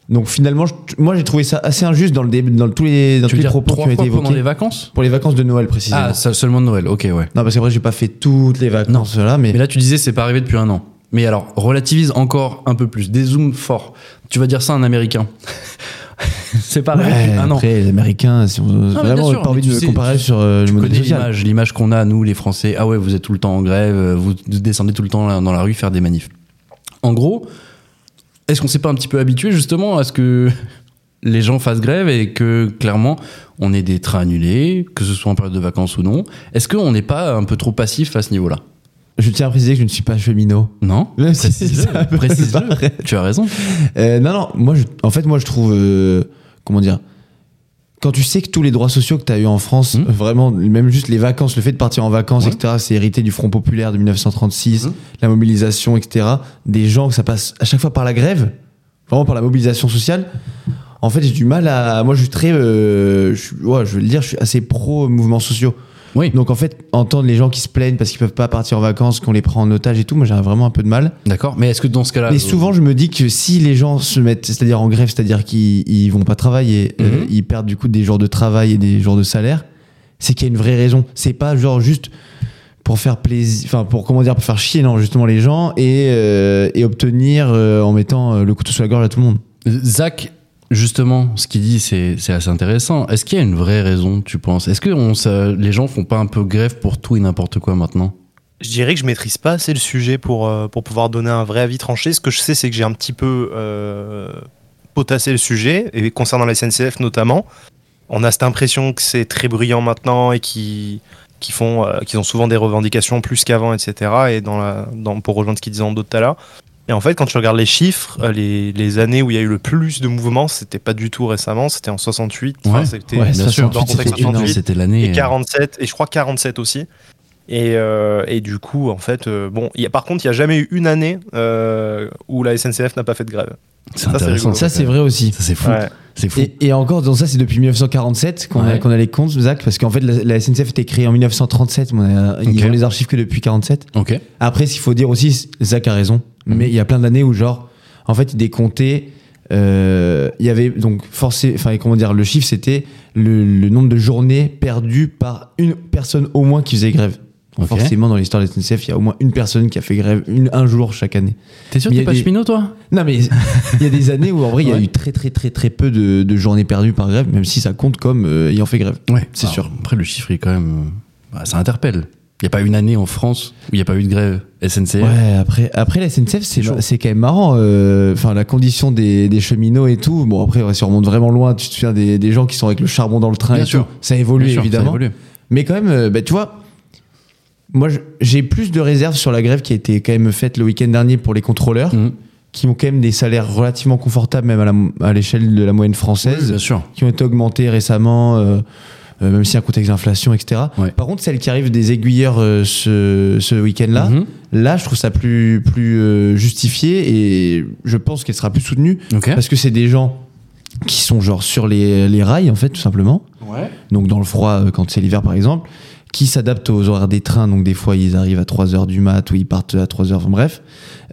D: Donc finalement, je- moi, j'ai trouvé ça assez injuste dans, le dé- dans le- tous les, dans
C: Tu
D: tous
C: veux
D: les
C: dire
D: propos qui
C: trois
D: ont
C: fois
D: été
C: pendant
D: évoqués.
C: les vacances
D: Pour les vacances de Noël, précisément.
C: Ah, ça- seulement de Noël. Ok, ouais.
D: non, parce qu'après, j'ai pas fait toutes les vacances, là, mais,
C: Mais là, tu disais, c'est pas arrivé depuis un an. Mais alors, relativise encore un peu plus. Dézoome fort. Tu vas dire ça à un Américain. c'est pas arrivé
D: Ouais,
C: depuis Ah bah un an.
D: après, les Américains, si on,
C: bien
D: vraiment, on
C: sûr,
D: a pas
C: mais
D: envie
C: tu
D: de
C: sais,
D: comparer sur euh, le
C: Tu
D: modèle
C: connais
D: social.
C: l'image, l'image qu'on a, nous, les Français. Ah ouais, vous êtes tout le temps en grève, euh, vous descendez tout le temps là, dans la rue faire des manifs. En gros, est-ce qu'on s'est pas un petit peu habitué justement à ce que les gens fassent grève et que clairement on ait des trains annulés, que ce soit en période de vacances ou non Est-ce qu'on n'est pas un peu trop passif à ce niveau-là
D: Je tiens à préciser que je ne suis pas cheminot.
C: Non
D: Même si ça
C: Précise-le.
D: peut
C: précise-le.
D: paraître.
C: Tu as raison.
D: Euh, non, non, moi, je, en fait, moi, je trouve. euh, comment dire Quand tu sais que tous les droits sociaux que tu as eu en France,
C: Mhm.
D: euh, vraiment, même juste les vacances, le fait de partir en vacances,
C: Ouais.
D: etc., c'est hérité du Front populaire de 1936,
C: Mhm.
D: la mobilisation, etc., des gens que ça passe à chaque fois par la grève, vraiment par la mobilisation sociale. En fait, j'ai du mal à. Moi, je suis très. euh, je, suis- ouais, je vais le dire, je suis assez pro mouvements sociaux.
C: Oui.
D: Donc, en fait, entendre les gens qui se plaignent parce qu'ils peuvent pas partir en vacances, qu'on les prend en otage et tout, moi, j'ai vraiment un peu de mal.
C: D'accord, mais est-ce que dans ce cas-là.
D: Mais souvent, je me dis que si les gens se mettent, c'est-à-dire en grève, c'est-à-dire qu'ils ils vont pas travailler, euh,
C: Mhm.
D: ils perdent du coup des jours de travail et des jours de salaire, c'est qu'il y a une vraie raison. C'est pas genre juste pour faire plaisir, enfin pour comment dire, pour faire chier non justement les gens et, euh, et obtenir euh, en mettant euh, le couteau sous la gorge à tout le monde.
C: Zach, justement, ce qu'il dit, c'est c'est assez intéressant. Est-ce qu'il y a une vraie raison, tu penses Est-ce que on se- les gens font pas un peu grève pour tout et n'importe quoi maintenant
E: Je dirais que je maîtrise pas assez le sujet pour, euh, pour pouvoir donner un vrai avis tranché. Ce que je sais, c'est que j'ai un petit peu euh, potassé le sujet, et concernant la SNCF notamment, on a cette impression que c'est très bruyant maintenant et qui qui font euh, qu'ils ont souvent des revendications plus qu'avant etc et dans la dans, pour rejoindre ce qu'ils disaient en d'autres tout à l'heure et en fait quand tu regardes les chiffres euh, les, les années où il y a eu le plus de mouvements c'était pas du tout récemment c'était en 68 Enfin,
C: Ouais,
E: c'était
D: ouais,
E: dans le
D: 68,
E: contexte
D: c'était énorme,
E: 68,
C: C'était l'année.
E: et
C: euh,
E: 47, et je crois 47 aussi. Et, euh, et du coup, en fait, euh, bon, il y a, par contre, il n'y a jamais eu une année euh, où la SNCF n'a pas fait de grève.
C: C'est
E: Ça, c'est
C: intéressant.
E: rigolo.
D: Ça, c'est vrai aussi.
C: Ça, c'est fou. C'est fou.
D: Et, et encore, dans ça, c'est depuis 1947 qu'on a,
C: Ouais.
D: qu'on a les comptes, Zach, parce qu'en fait, la, la SNCF était créée en 1937, mais on a- euh, ils
C: Ok.
D: ont les archives que depuis 47.
C: Ok.
D: Après, s'il faut dire aussi, Zach a raison,
C: Mhm.
D: mais il y a plein d'années où, genre, en fait, il décomptait. euh, Il y avait donc forcé, enfin, comment dire, le chiffre c'était le, le nombre de journées perdues par une personne au moins qui faisait grève.
C: Ok.
D: Forcément, dans l'histoire de la SNCF, il y a au moins une personne qui a fait grève une- un jour chaque année.
C: T'es sûr
D: Mais
C: que
D: y
C: t'es
D: a
C: pas
D: des-
C: cheminot, toi
D: Non, mais il y a des années où en vrai, il y a
C: Ouais.
D: eu très, très, très, très peu de, de journées perdues par grève, même si ça compte comme euh, ayant fait grève.
C: Ouais,
D: c'est
C: c'est
D: sûr.
C: sûr. Après, le chiffre est quand même. bah, ça interpelle. Il n'y a pas une année en France où il n'y a pas eu de grève SNCF.
D: Ouais, après, après la SNCF, c'est,
C: chaud.
D: c'est quand même marrant. euh, Enfin, la condition des, des cheminots et tout. Bon, après, ouais, si on remonte vraiment loin, tu te souviens des, des gens qui sont avec le charbon dans le train
C: Bien
D: et
C: sûr.
D: tout. Ça évolue,
C: Bien sûr, ça
D: évidemment.
C: évolue.
D: Mais quand même, euh, bah, tu vois, moi, je- j'ai plus de réserves sur la grève qui a été quand même faite le week-end dernier pour les contrôleurs,
C: Mhm.
D: qui ont quand même des salaires relativement confortables, même à, la- à l'échelle de la moyenne française
C: Bien sûr.
D: qui ont été augmentées récemment, euh, euh, même s'il y a un contexte d'inflation, etc.
C: Ouais.
D: Par contre, celles qui arrivent des aiguilleurs euh, ce, ce week-end-là,
C: Mhm.
D: là, je trouve ça plus, plus euh, justifié et je pense qu'elle sera plus soutenue
C: Ok.
D: parce que c'est des gens qui sont genre sur les, les rails, en fait, tout simplement. Donc, dans le froid, euh, quand c'est l'hiver, par exemple, qui s'adaptent aux horaires des trains. Donc, des fois, ils arrivent à 3h du mat ou ils partent à 3h, enfin, bref.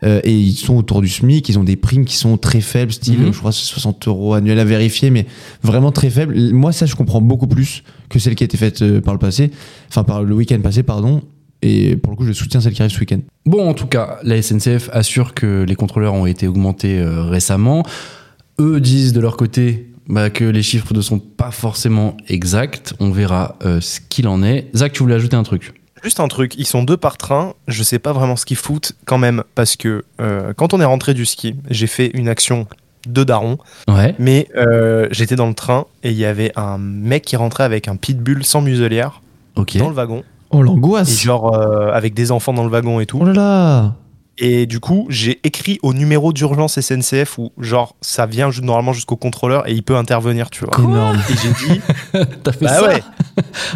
D: Euh, et ils sont autour du SMIC, ils ont des primes qui sont très faibles, style, euh,
C: Mhm.
D: je crois, c'est 60 euros annuels à vérifier, mais vraiment très faible. L- Moi, ça, je comprends beaucoup plus que celle qui a été faite euh, par le passé, enfin, par le week-end passé, pardon. Et pour le coup, je soutiens celle qui arrive ce week-end.
C: Bon, en tout cas, la SNCF assure que les contrôleurs ont été augmentés euh, récemment. Eux disent de leur côté bah, que les chiffres ne sont pas forcément exacts. On verra euh, ce qu'il en est. Zach, tu voulais ajouter un truc
E: Juste un truc, ils sont deux par train, je sais pas vraiment ce qu'ils foutent quand même, parce que euh, quand on est rentré du ski, j'ai fait une action de daron,
C: Ouais.
E: mais euh, j'étais dans le train et il y avait un mec qui rentrait avec un pitbull sans muselière
C: Ok.
E: dans le wagon,
D: Oh,
E: et
D: l'angoisse
E: genre euh, avec des enfants dans le wagon et tout.
D: Oh là là
E: Et du coup, j'ai écrit au numéro d'urgence SNCF où, genre, ça vient ju- normalement jusqu'au contrôleur et il peut intervenir, tu vois.
D: Énorme.
E: Et j'ai dit,
C: T'as fait
E: bah
C: ça
E: ouais,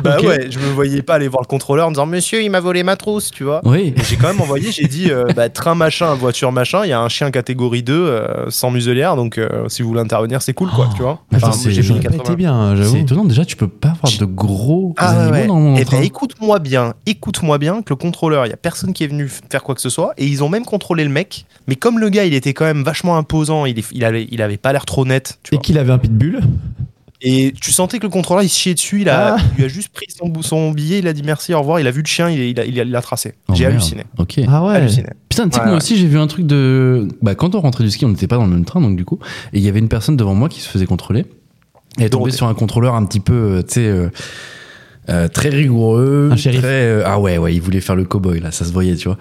E: bah
C: Ok.
E: ouais, je me voyais pas aller voir le contrôleur en disant, monsieur, il m'a volé ma trousse, tu vois.
C: Oui.
E: Et j'ai quand même envoyé, j'ai dit, euh, bah, train machin, voiture machin, il y a un chien catégorie 2 euh, sans muselière, donc euh, si vous voulez intervenir, c'est cool, quoi,
D: Oh,
E: tu vois.
C: mais attends,
E: moi,
C: c'est-
E: j'ai
C: j'aurais
E: payé
D: J'aurais pas
E: 80.
D: été bien, hein,
C: C'est
D: j'avoue.
C: étonnant. Déjà, tu peux pas avoir de gros
E: Ah
C: animaux
E: ouais, ouais.
C: dans hein. mon
E: Eh
C: train.
E: ben, écoute-moi bien, écoute-moi bien que le contrôleur, il y a personne qui est venu f- faire quoi que ce soit et ils ont même contrôlé le mec, mais comme le gars, il était quand même vachement imposant, il, est- il avait il avait pas l'air trop net, tu
D: Et
E: vois.
D: qu'il avait un pitbull
E: Et tu sentais que le contrôleur, il se chiait dessus, il a
D: Ah.
E: il lui a juste pris son bou- son billet, il a dit merci, au revoir, il a vu le chien, il il a- il a- il l'a tracé.
C: Oh,
E: J'ai
C: merde.
E: halluciné,
C: Ok.
D: Ah ouais
E: halluciné.
C: Putain, tu sais que
E: Ouais,
C: moi
E: ouais.
C: aussi j'ai vu un truc de. Bah, quand on rentrait du ski, on n'était pas dans le même train, donc du coup, et il y avait une personne devant moi qui se faisait contrôler. Elle est tombée
E: Dorothée.
C: sur un contrôleur un petit peu, euh, tu sais, euh, euh, très rigoureux.
D: Un shérif.
C: très, euh, ah ouais, ouais, il voulait faire le cow-boy, là, ça se voyait, tu vois.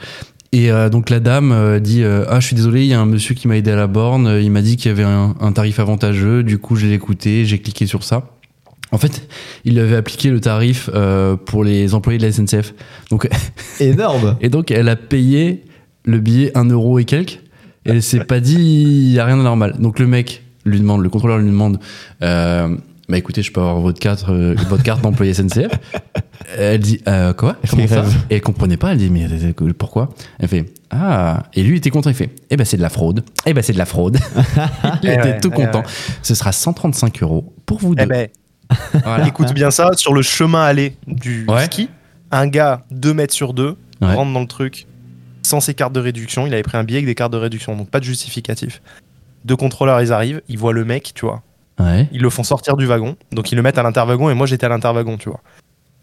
C: Et euh, donc la dame euh, dit euh, Ah, je suis désolé, il y a un monsieur qui m'a aidé à la borne, euh, il m'a dit qu'il y avait un, un tarif avantageux, du coup, je l'ai écouté, j'ai cliqué sur ça. En fait, il avait appliqué le tarif euh, pour les employés de la SNCF. Donc
D: Énorme
C: et donc, elle a payé le billet 1 euro et quelques. Et elle s'est pas dit, il n'y a rien de normal. Donc, le mec lui demande, le contrôleur lui demande, euh, bah écoutez, je peux avoir votre carte, euh, votre carte d'employé SNCF. Elle dit, Euh, quoi Comment
D: fait
C: ça
D: grève.
C: Et elle comprenait pas. Elle dit, mais euh, pourquoi Elle fait, ah. Et lui, il était content. Il fait, eh ben, c'est de la fraude. Eh ben, c'est de la fraude. il
E: Eh
C: était
E: ouais,
C: tout
E: eh
C: content.
E: ouais.
C: Ce sera 135 euros pour vous deux.
E: Eh ben,
C: Voilà.
E: écoute bien ça, sur le chemin aller du
C: Ouais.
E: ski, un gars 2 mètres sur 2
C: Ouais.
E: rentre dans le truc sans ses cartes de réduction. Il avait pris un billet avec des cartes de réduction, donc pas de justificatif. Deux contrôleurs, ils arrivent, ils voient le mec, tu vois.
C: Ouais.
E: Ils le font sortir du wagon, donc ils le mettent à l'interwagon et moi j'étais à l'interwagon, tu vois.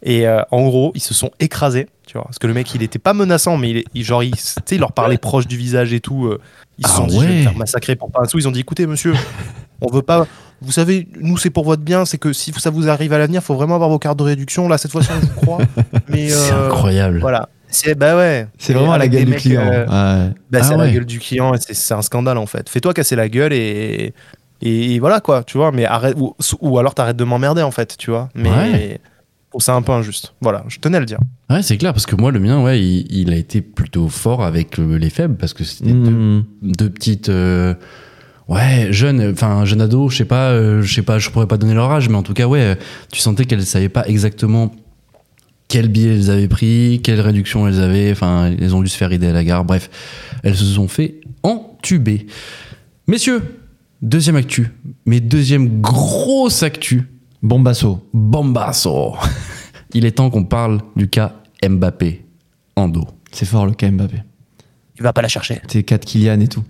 E: Et euh, en gros, ils se sont écrasés, tu vois. Parce que le mec, il était pas menaçant, mais il, est- il- genre, il, tu sais, il leur parlait proche du visage et tout. euh, ils se
C: Ah
E: sont dit, je vais
C: ouais.
E: me faire massacrer pour pas un sou. Ils ont dit, écoutez, monsieur, on veut pas. Vous savez, nous, c'est pour votre bien. C'est que si ça vous arrive à l'avenir, faut vraiment avoir vos cartes de réduction. Là, cette fois-ci, on vous croit. Mais
C: C'est
E: euh,
C: incroyable.
E: voilà. C'est bah ouais.
D: C'est
E: Et
D: vraiment à la
E: avec
D: gueule
E: des
D: du
E: mecs,
D: client. hein.
E: euh,
D: Ouais.
E: bah,
C: Ah
E: c'est à
C: ouais.
E: la gueule du client et c'est- c'est un scandale en fait. Fais-toi casser la gueule et, et, et voilà quoi, tu vois. Mais arrête ou, ou alors t'arrêtes de m'emmerder en fait, tu vois. Mais
C: Ouais.
E: je trouve ça un peu injuste. Voilà, je tenais à le dire.
C: Ouais, c'est clair, parce que moi, le mien, ouais, il, il a été plutôt fort avec euh, les faibles, parce que c'était deux,
D: Mhm.
C: deux petites. euh, ouais, jeunes, enfin, un jeune ado, je sais pas, euh, je sais pas, je pourrais pas donner leur âge, mais en tout cas, ouais, euh, tu sentais qu'elles savaient pas exactement quel billet elles avaient pris, quelle réduction elles avaient, enfin, elles ont dû se faire aider à la gare, bref, elles se sont fait entuber. Messieurs, deuxième actu, mais deuxième grosse actu,
D: Bombasso.
C: Bombasso. Il est temps qu'on parle du cas Mbappé en dos.
D: C'est fort le cas Mbappé.
E: Tu vas pas la chercher.
D: T'es 4 Kylian et tout.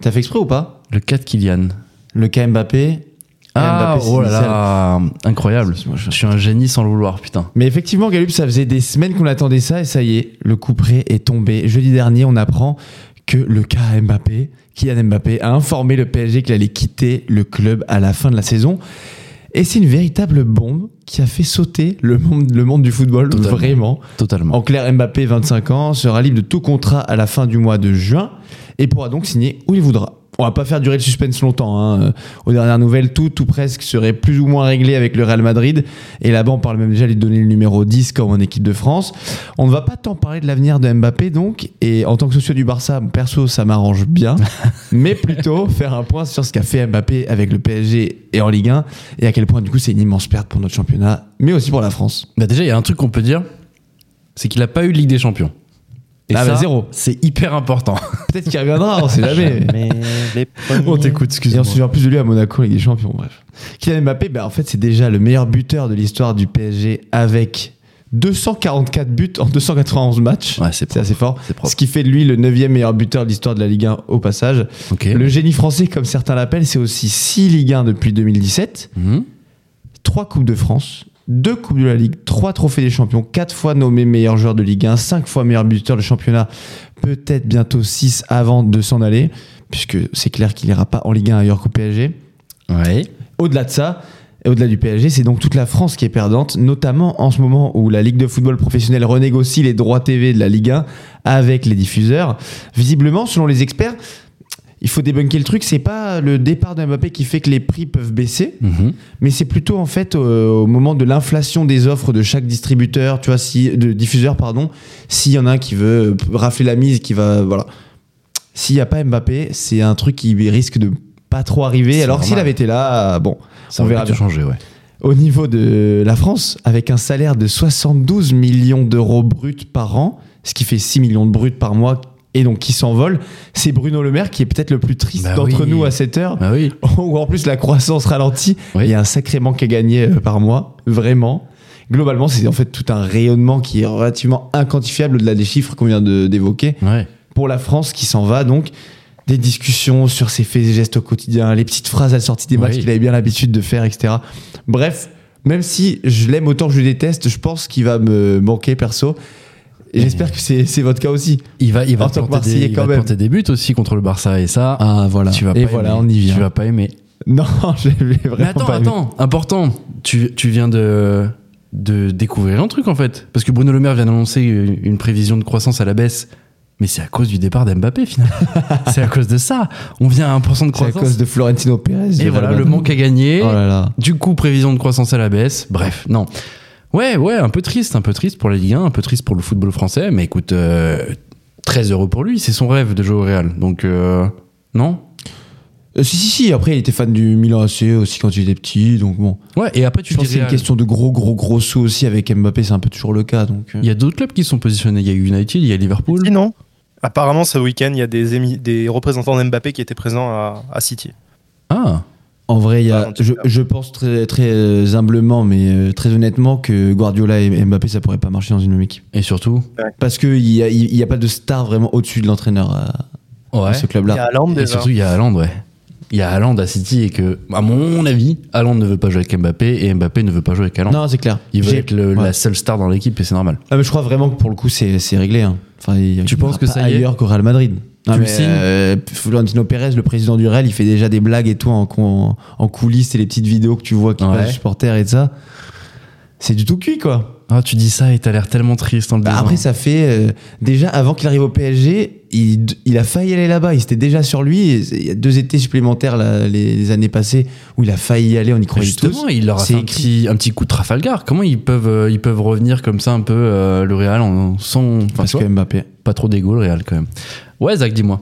D: T'as fait exprès ou pas
C: Le cas de Kylian.
D: Le cas Mbappé,
C: Ah,
D: Mbappé, c'est
C: oh là
D: initial.
C: là, incroyable. Je suis un génie sans le vouloir, putain.
D: Mais effectivement, Galup, ça faisait des semaines qu'on attendait ça et ça y est, le coup près est tombé. Jeudi dernier, on apprend que le cas Mbappé, Kylian Mbappé, a informé le PSG qu'il allait quitter le club à la fin de la saison. Et c'est une véritable bombe qui a fait sauter le monde, le monde du football,
C: Totalement.
D: vraiment.
C: Totalement.
D: En clair, Mbappé, 25 ans, sera libre de tout contrat à la fin du mois de juin et pourra donc signer où il voudra. On va pas faire durer le suspense longtemps. hein. Euh, Aux dernières nouvelles, tout ou presque serait plus ou moins réglé avec le Real Madrid. Et là-bas, on parle même déjà de lui donner le numéro 10 comme en équipe de France. On ne va pas tant parler de l'avenir de Mbappé donc. Et en tant que socio du Barça, perso, ça m'arrange bien. mais plutôt faire un point sur ce qu'a fait Mbappé avec le PSG et en Ligue 1. Et à quel point, du coup, c'est une immense perte pour notre championnat, mais aussi pour la France.
C: Bah déjà, il y a un truc qu'on peut dire, c'est qu'il a pas eu Ligue des Champions. Et
D: Ah
C: ça,
D: bah, zéro.
C: c'est hyper important.
D: Peut-être qu'il reviendra, on sait jamais.
E: Mais les premiers-
D: Et on se souvient plus de lui à Monaco, Ligue des Champions, bref. Kylian Mbappé, bah, en fait, c'est déjà le meilleur buteur de l'histoire du PSG avec 244 buts en 291 matchs.
C: Ouais, c'est
D: c'est assez fort.
C: C'est propre.
D: Ce qui fait de lui le 9 meilleur buteur de l'histoire de la Ligue 1 au passage.
C: Ok.
D: Le génie français, comme certains l'appellent, c'est aussi 6 Ligue 1 depuis 2017,
C: Mhm.
D: 3 Coupes de France, 2 Coupes de la Ligue, 3 Trophées des Champions, 4 fois nommé meilleur joueur de Ligue 1, 5 fois meilleur buteur de championnat, peut-être bientôt 6 avant de s'en aller, puisque c'est clair qu'il n'ira pas en Ligue 1 ailleurs qu'au PSG.
C: Ouais.
D: Au-delà de ça, et au-delà du PSG, c'est donc toute la France qui est perdante, notamment en ce moment où la Ligue de football professionnelle renégocie les droits TV de la Ligue 1 avec les diffuseurs. Visiblement, selon les experts, il faut débunker le truc, c'est pas le départ de Mbappé qui fait que les prix peuvent baisser,
C: Mhm.
D: mais c'est plutôt en fait euh, au moment de l'inflation des offres de chaque distributeur, tu vois, si, de diffuseur, pardon, s'il y en a un qui veut euh, rafler la mise, qui va, voilà. S'il n'y a pas Mbappé, c'est un truc qui risque de pas trop arriver,
C: C'est
D: alors que s'il
C: normal.
D: avait été là, euh, bon.
C: Ça
D: On
C: aurait
D: verra
C: pu tout
D: bien.
C: changer, ouais.
D: Au niveau de la France, avec un salaire de 72 millions d'euros bruts par an, ce qui fait 6 millions de bruts par mois, et donc qui s'envole, c'est Bruno Le Maire qui est peut-être le plus triste
C: Bah
D: d'entre
C: oui.
D: nous à cette heure,
C: Bah oui.
D: où en plus la croissance ralentit.
C: Oui.
D: Il y a un sacré manque à gagner euh, par mois, vraiment. Globalement, c'est en fait tout un rayonnement qui est relativement inquantifiable au-delà des chiffres qu'on vient de- d'évoquer
C: Ouais.
D: pour la France qui s'en va donc des discussions sur ses faits et gestes au quotidien, les petites phrases à la sortie des matchs
C: Oui.
D: qu'il avait bien l'habitude de faire, etc. Bref, même si je l'aime autant que je le déteste, je pense qu'il va me manquer perso.
C: Eh
D: Et j'espère que c'est c'est votre cas aussi.
C: Il va, il va,
D: En tant que
C: planter, des,
D: Marseillais,
C: il
D: quand
C: va
D: même.
C: planter des buts aussi contre le Barça et ça.
D: Ah voilà.
C: Tu vas pas
D: et
C: aimer.
D: voilà, on y
C: Tu
D: vient.
C: vas pas aimer.
D: Non, je l'ai vraiment
C: Mais attends,
D: pas aimé.
C: attends, important. Tu, tu viens de, de découvrir un truc en fait. Parce que Bruno Le Maire vient d'annoncer une une prévision de croissance à la baisse. Mais c'est à cause du départ d'Mbappé finalement. c'est à cause de ça. On vient à 1% de
D: C'est à
C: croissance.
D: cause de Florentino Pérez.
C: Et
D: dirait
C: voilà,
D: Madame.
C: le manque à gagner.
D: Oh là là.
C: Du coup, prévision de croissance à la baisse. Bref, non. Ouais, ouais, un peu triste, un peu triste pour la Ligue 1, un peu triste pour le football français. Mais écoute, euh, très heureux pour lui. C'est son rêve de jouer au Real. Donc, euh, non
D: Euh, si si si. Après, il était fan du Milan AC aussi quand il était petit, donc bon.
C: Ouais, et après, tu
D: Je pense
C: dis
D: que c'est une
C: Real.
D: question de gros gros gros sous aussi avec Mbappé, c'est un peu toujours le cas donc. euh.
C: Il y a d'autres clubs qui sont positionnés. Il y a United, il y a Liverpool.
E: Sinon, apparemment, ce week-end, il y a des, émi- des représentants d'Mbappé qui étaient présents à, à City.
C: Ah,
D: En vrai, il y a,
E: Ah, en tout
D: je,
E: cas.
D: je pense très, très euh, humblement, mais euh, très honnêtement, que Guardiola et Mbappé, ça pourrait pas marcher dans une même équipe.
C: et surtout.
D: Parce qu'il n'y a, il y a pas de star vraiment au-dessus de l'entraîneur à, à
C: Ouais.
D: ce
E: Il y a
D: club-là.
E: Haaland
C: Et
E: déjà.
C: surtout, il y a Haaland, ouais. Il y a Haaland à City et que, à mon avis, Haaland ne veut pas jouer avec Mbappé et Mbappé ne veut pas jouer avec Haaland.
D: Non, c'est clair.
C: Il veut
D: J'ai-
C: être le-
D: ouais.
C: la seule star dans l'équipe et c'est normal.
D: Ah, mais je crois vraiment que pour le coup, c'est c'est réglé. hein. Enfin, il-
C: Tu
D: il
C: penses
D: ira
C: que
D: pas
C: ça y est
D: ailleurs qu'au Real Madrid. Non,
C: Tu le
D: mais,
C: signes
D: euh, Florentino Pérez, le président du Real, il fait déjà des blagues et tout en, en, en coulisses et les petites vidéos que tu vois qui
C: Ouais.
D: passent aux supporters et de ça. C'est du tout cuit, quoi.
C: Ah, tu dis ça et t'as l'air tellement triste en le
D: Bah,
C: disant.
D: après, ça fait. euh, déjà, avant qu'il arrive au PSG, il, il a failli aller là-bas. Il s'était déjà sur lui. Et Il y a deux étés supplémentaires là, les, les années passées où il a failli y aller. On y croyait
C: Justement,
D: tous.
C: il leur a
D: C'est
C: fait un
D: écrit.
C: petit, un petit coup de Trafalgar. Comment ils peuvent, euh, ils peuvent revenir comme ça un peu euh, le Real en, sans. Enfin,
D: Parce
C: tu
D: que
C: vois,
D: Mbappé.
C: pas trop d'égo le Real quand même. Ouais, Zach, dis-moi.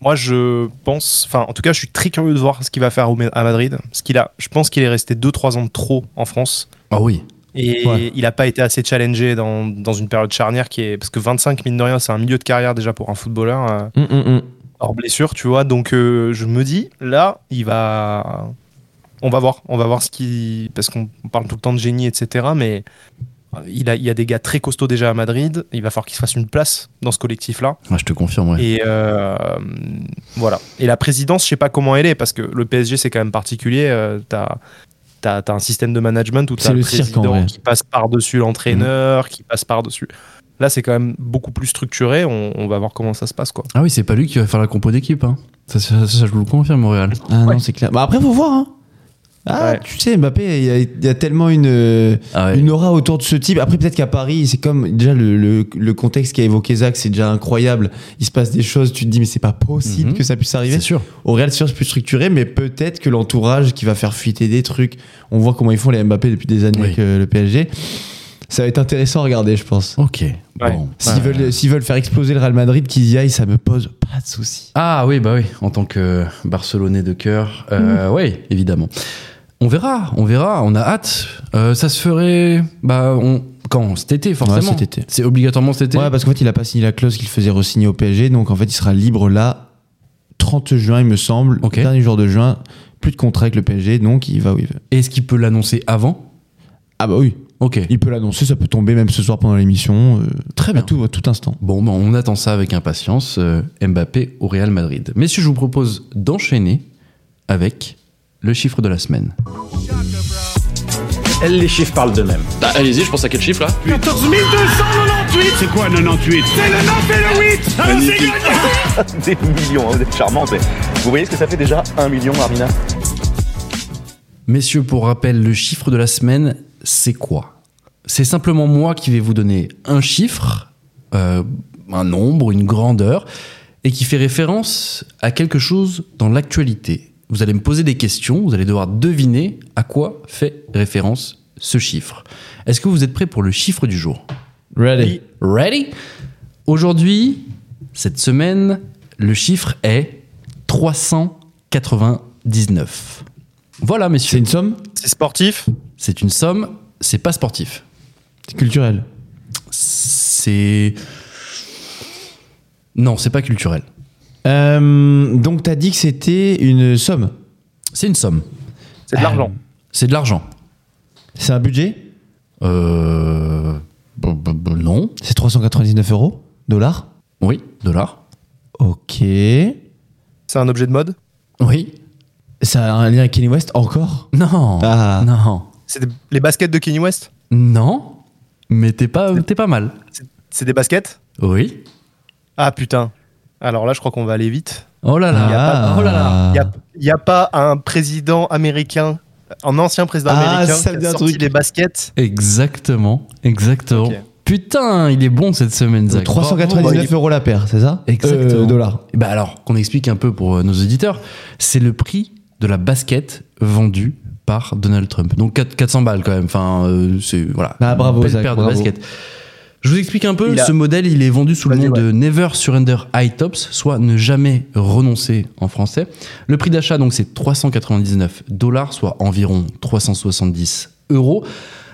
E: Moi, je pense, enfin, en tout cas, je suis très curieux de voir ce qu'il va faire au- à Madrid. Parce qu'il a, je pense qu'il est resté 2-3 ans de trop en France.
C: Ah oui.
E: Et
D: Ouais.
E: il n'a pas été assez challengé dans, dans une période charnière qui est. Parce que 25, mine de rien, c'est un milieu de carrière déjà pour un footballeur, euh,
D: Hum, hum, hum.
E: hors blessure, tu vois. Donc, euh, je me dis, là, il va. On va voir. On va voir ce qui. Parce qu'on parle tout le temps de génie, etc. Mais euh, il, a, il y a des gars très costauds déjà à Madrid. Il va falloir qu'il se fasse une place dans ce collectif-là.
C: Ah, je te confirme, ouais.
E: Et euh, voilà. Et la présidence, je sais pas comment elle est, parce que le PSG, c'est quand même particulier. Euh, t'as as, un système de management où t'as
D: C'est
E: le
D: le cirque, en
E: président
D: vrai. Mm.
E: qui passe par-dessus l'entraîneur, qui passe par-dessus. Là, c'est quand même beaucoup plus structuré. On, on va voir comment ça se passe, quoi.
C: Ah oui, c'est pas lui qui va faire la compo d'équipe. Hein. Ça, ça- ça, je vous le confirme, Montréal.
D: Ah non, c'est clair. Bah après, faut voir. Hein. Ah,
E: Ouais.
D: tu sais, Mbappé, il y a- il y, a tellement une, euh,
C: Ah ouais.
D: une aura autour de ce type. Après, peut-être qu'à Paris, c'est comme déjà le, le, le contexte qu'a évoqué Zach, c'est déjà incroyable. Il se passe des choses, tu te dis, mais c'est pas possible
C: Mhm.
D: que ça puisse arriver.
C: C'est sûr.
D: Au Real, c'est sûr, c'est plus structuré, mais peut-être que l'entourage qui va faire fuiter des trucs. On voit comment ils font les Mbappé depuis des années
C: Oui.
D: avec euh, le PSG. Ça va être intéressant à regarder, je pense.
C: Ok. Bon.
D: S'ils veulent, s'ils veulent faire exploser le Real Madrid, qu'ils y aillent, ça me pose pas de soucis.
C: Ah oui, bah oui, en tant que Barcelonais de cœur,
D: Mhm.
C: euh, oui, évidemment. On verra, on verra, on a hâte. Euh, ça se ferait, bah, on, quand Cet été, forcément.
D: cet été.
C: C'est obligatoirement cet été.
D: Ouais, bah. parce qu'en fait, il a pas signé la clause qu'il faisait re-signer au PSG, donc en fait, il sera libre là, 30 juin, il me semble,
C: Ok.
D: dernier jour de juin. Plus de contrat avec le PSG, donc il va où il veut.
C: Est-ce qu'il peut l'annoncer avant
D: Ah bah oui,
C: Ok.
D: il peut l'annoncer, ça peut tomber même ce soir pendant l'émission. euh,
C: Très bien.
D: À tout, à tout instant.
C: Bon, bah, on attend ça avec impatience. euh, Mbappé au Real Madrid. Messieurs, je vous propose d'enchaîner avec le chiffre de la semaine.
B: Les chiffres parlent d'eux-mêmes.
J: Bah, allez-y, je pense à quel chiffre là
G: Magnifique. Des millions, hein, vous êtes charmants. mais Vous voyez ce que ça fait déjà Un million, Armina
C: Messieurs, pour rappel, le chiffre de la semaine, c'est quoi C'est simplement moi qui vais vous donner un chiffre, euh, un nombre, une grandeur, et qui fait référence à quelque chose dans l'actualité. Vous allez me poser des questions, vous allez devoir deviner à quoi fait référence ce chiffre. Est-ce que vous êtes prêts pour le chiffre du jour
D: Ready.
C: Ready Aujourd'hui, cette semaine, le chiffre est 399. Voilà,
D: C'est
C: messieurs.
D: une somme
E: C'est sportif.
C: C'est une somme, c'est pas sportif.
D: C'est culturel.
C: C'est. Non, c'est pas culturel.
D: Euh, donc t'as dit que c'était une somme.
C: C'est une somme.
E: C'est de l'argent.
D: Euh.
C: C'est de l'argent.
D: C'est un budget
C: Euh. b- b- b- Non.
D: C'est 399 euros Dollars
C: Oui, dollars.
D: Ok.
E: C'est un objet de mode.
C: Oui.
D: Ça a un lien avec Kanye West Encore
C: Non.
D: Ah.
C: Non.
E: C'est des- les baskets de Kenny West.
C: Non. Mais t'es pas, t'es pas mal.
E: C'est des baskets.
C: Oui.
E: Ah putain. Alors là, je crois qu'on va aller vite.
C: Oh là
D: Ah.
C: là. oh là là.
E: Il n'y a, pas un président américain, un ancien président
D: Ah,
E: américain
D: ça me
E: qui
D: dit
E: a
D: un
E: sorti
D: truc.
E: les baskets.
C: Exactement. Exactement.
E: Ok.
C: Putain, il est bon cette semaine, Zach. Bravo.
D: 399 euros la paire, c'est ça
C: Exactement.
D: Euh, dollars.
C: Eh ben alors, qu'on explique un peu pour euh, nos auditeurs, c'est le prix de la basket vendue par Donald Trump. Donc quatre- 400 balles quand même. Enfin, euh, c'est voilà.
D: Ah, bravo,
C: Une belle
D: Zach,
C: paire de
D: bravo.
C: basket. Je vous explique un peu.
E: Il a-
C: Ce modèle, il est vendu sous le
E: Vas-y,
C: nom
E: ouais.
C: de Never Surrender High Tops, soit ne jamais renoncer en français. Le prix d'achat, donc, c'est 399 dollars, soit environ 370 euros.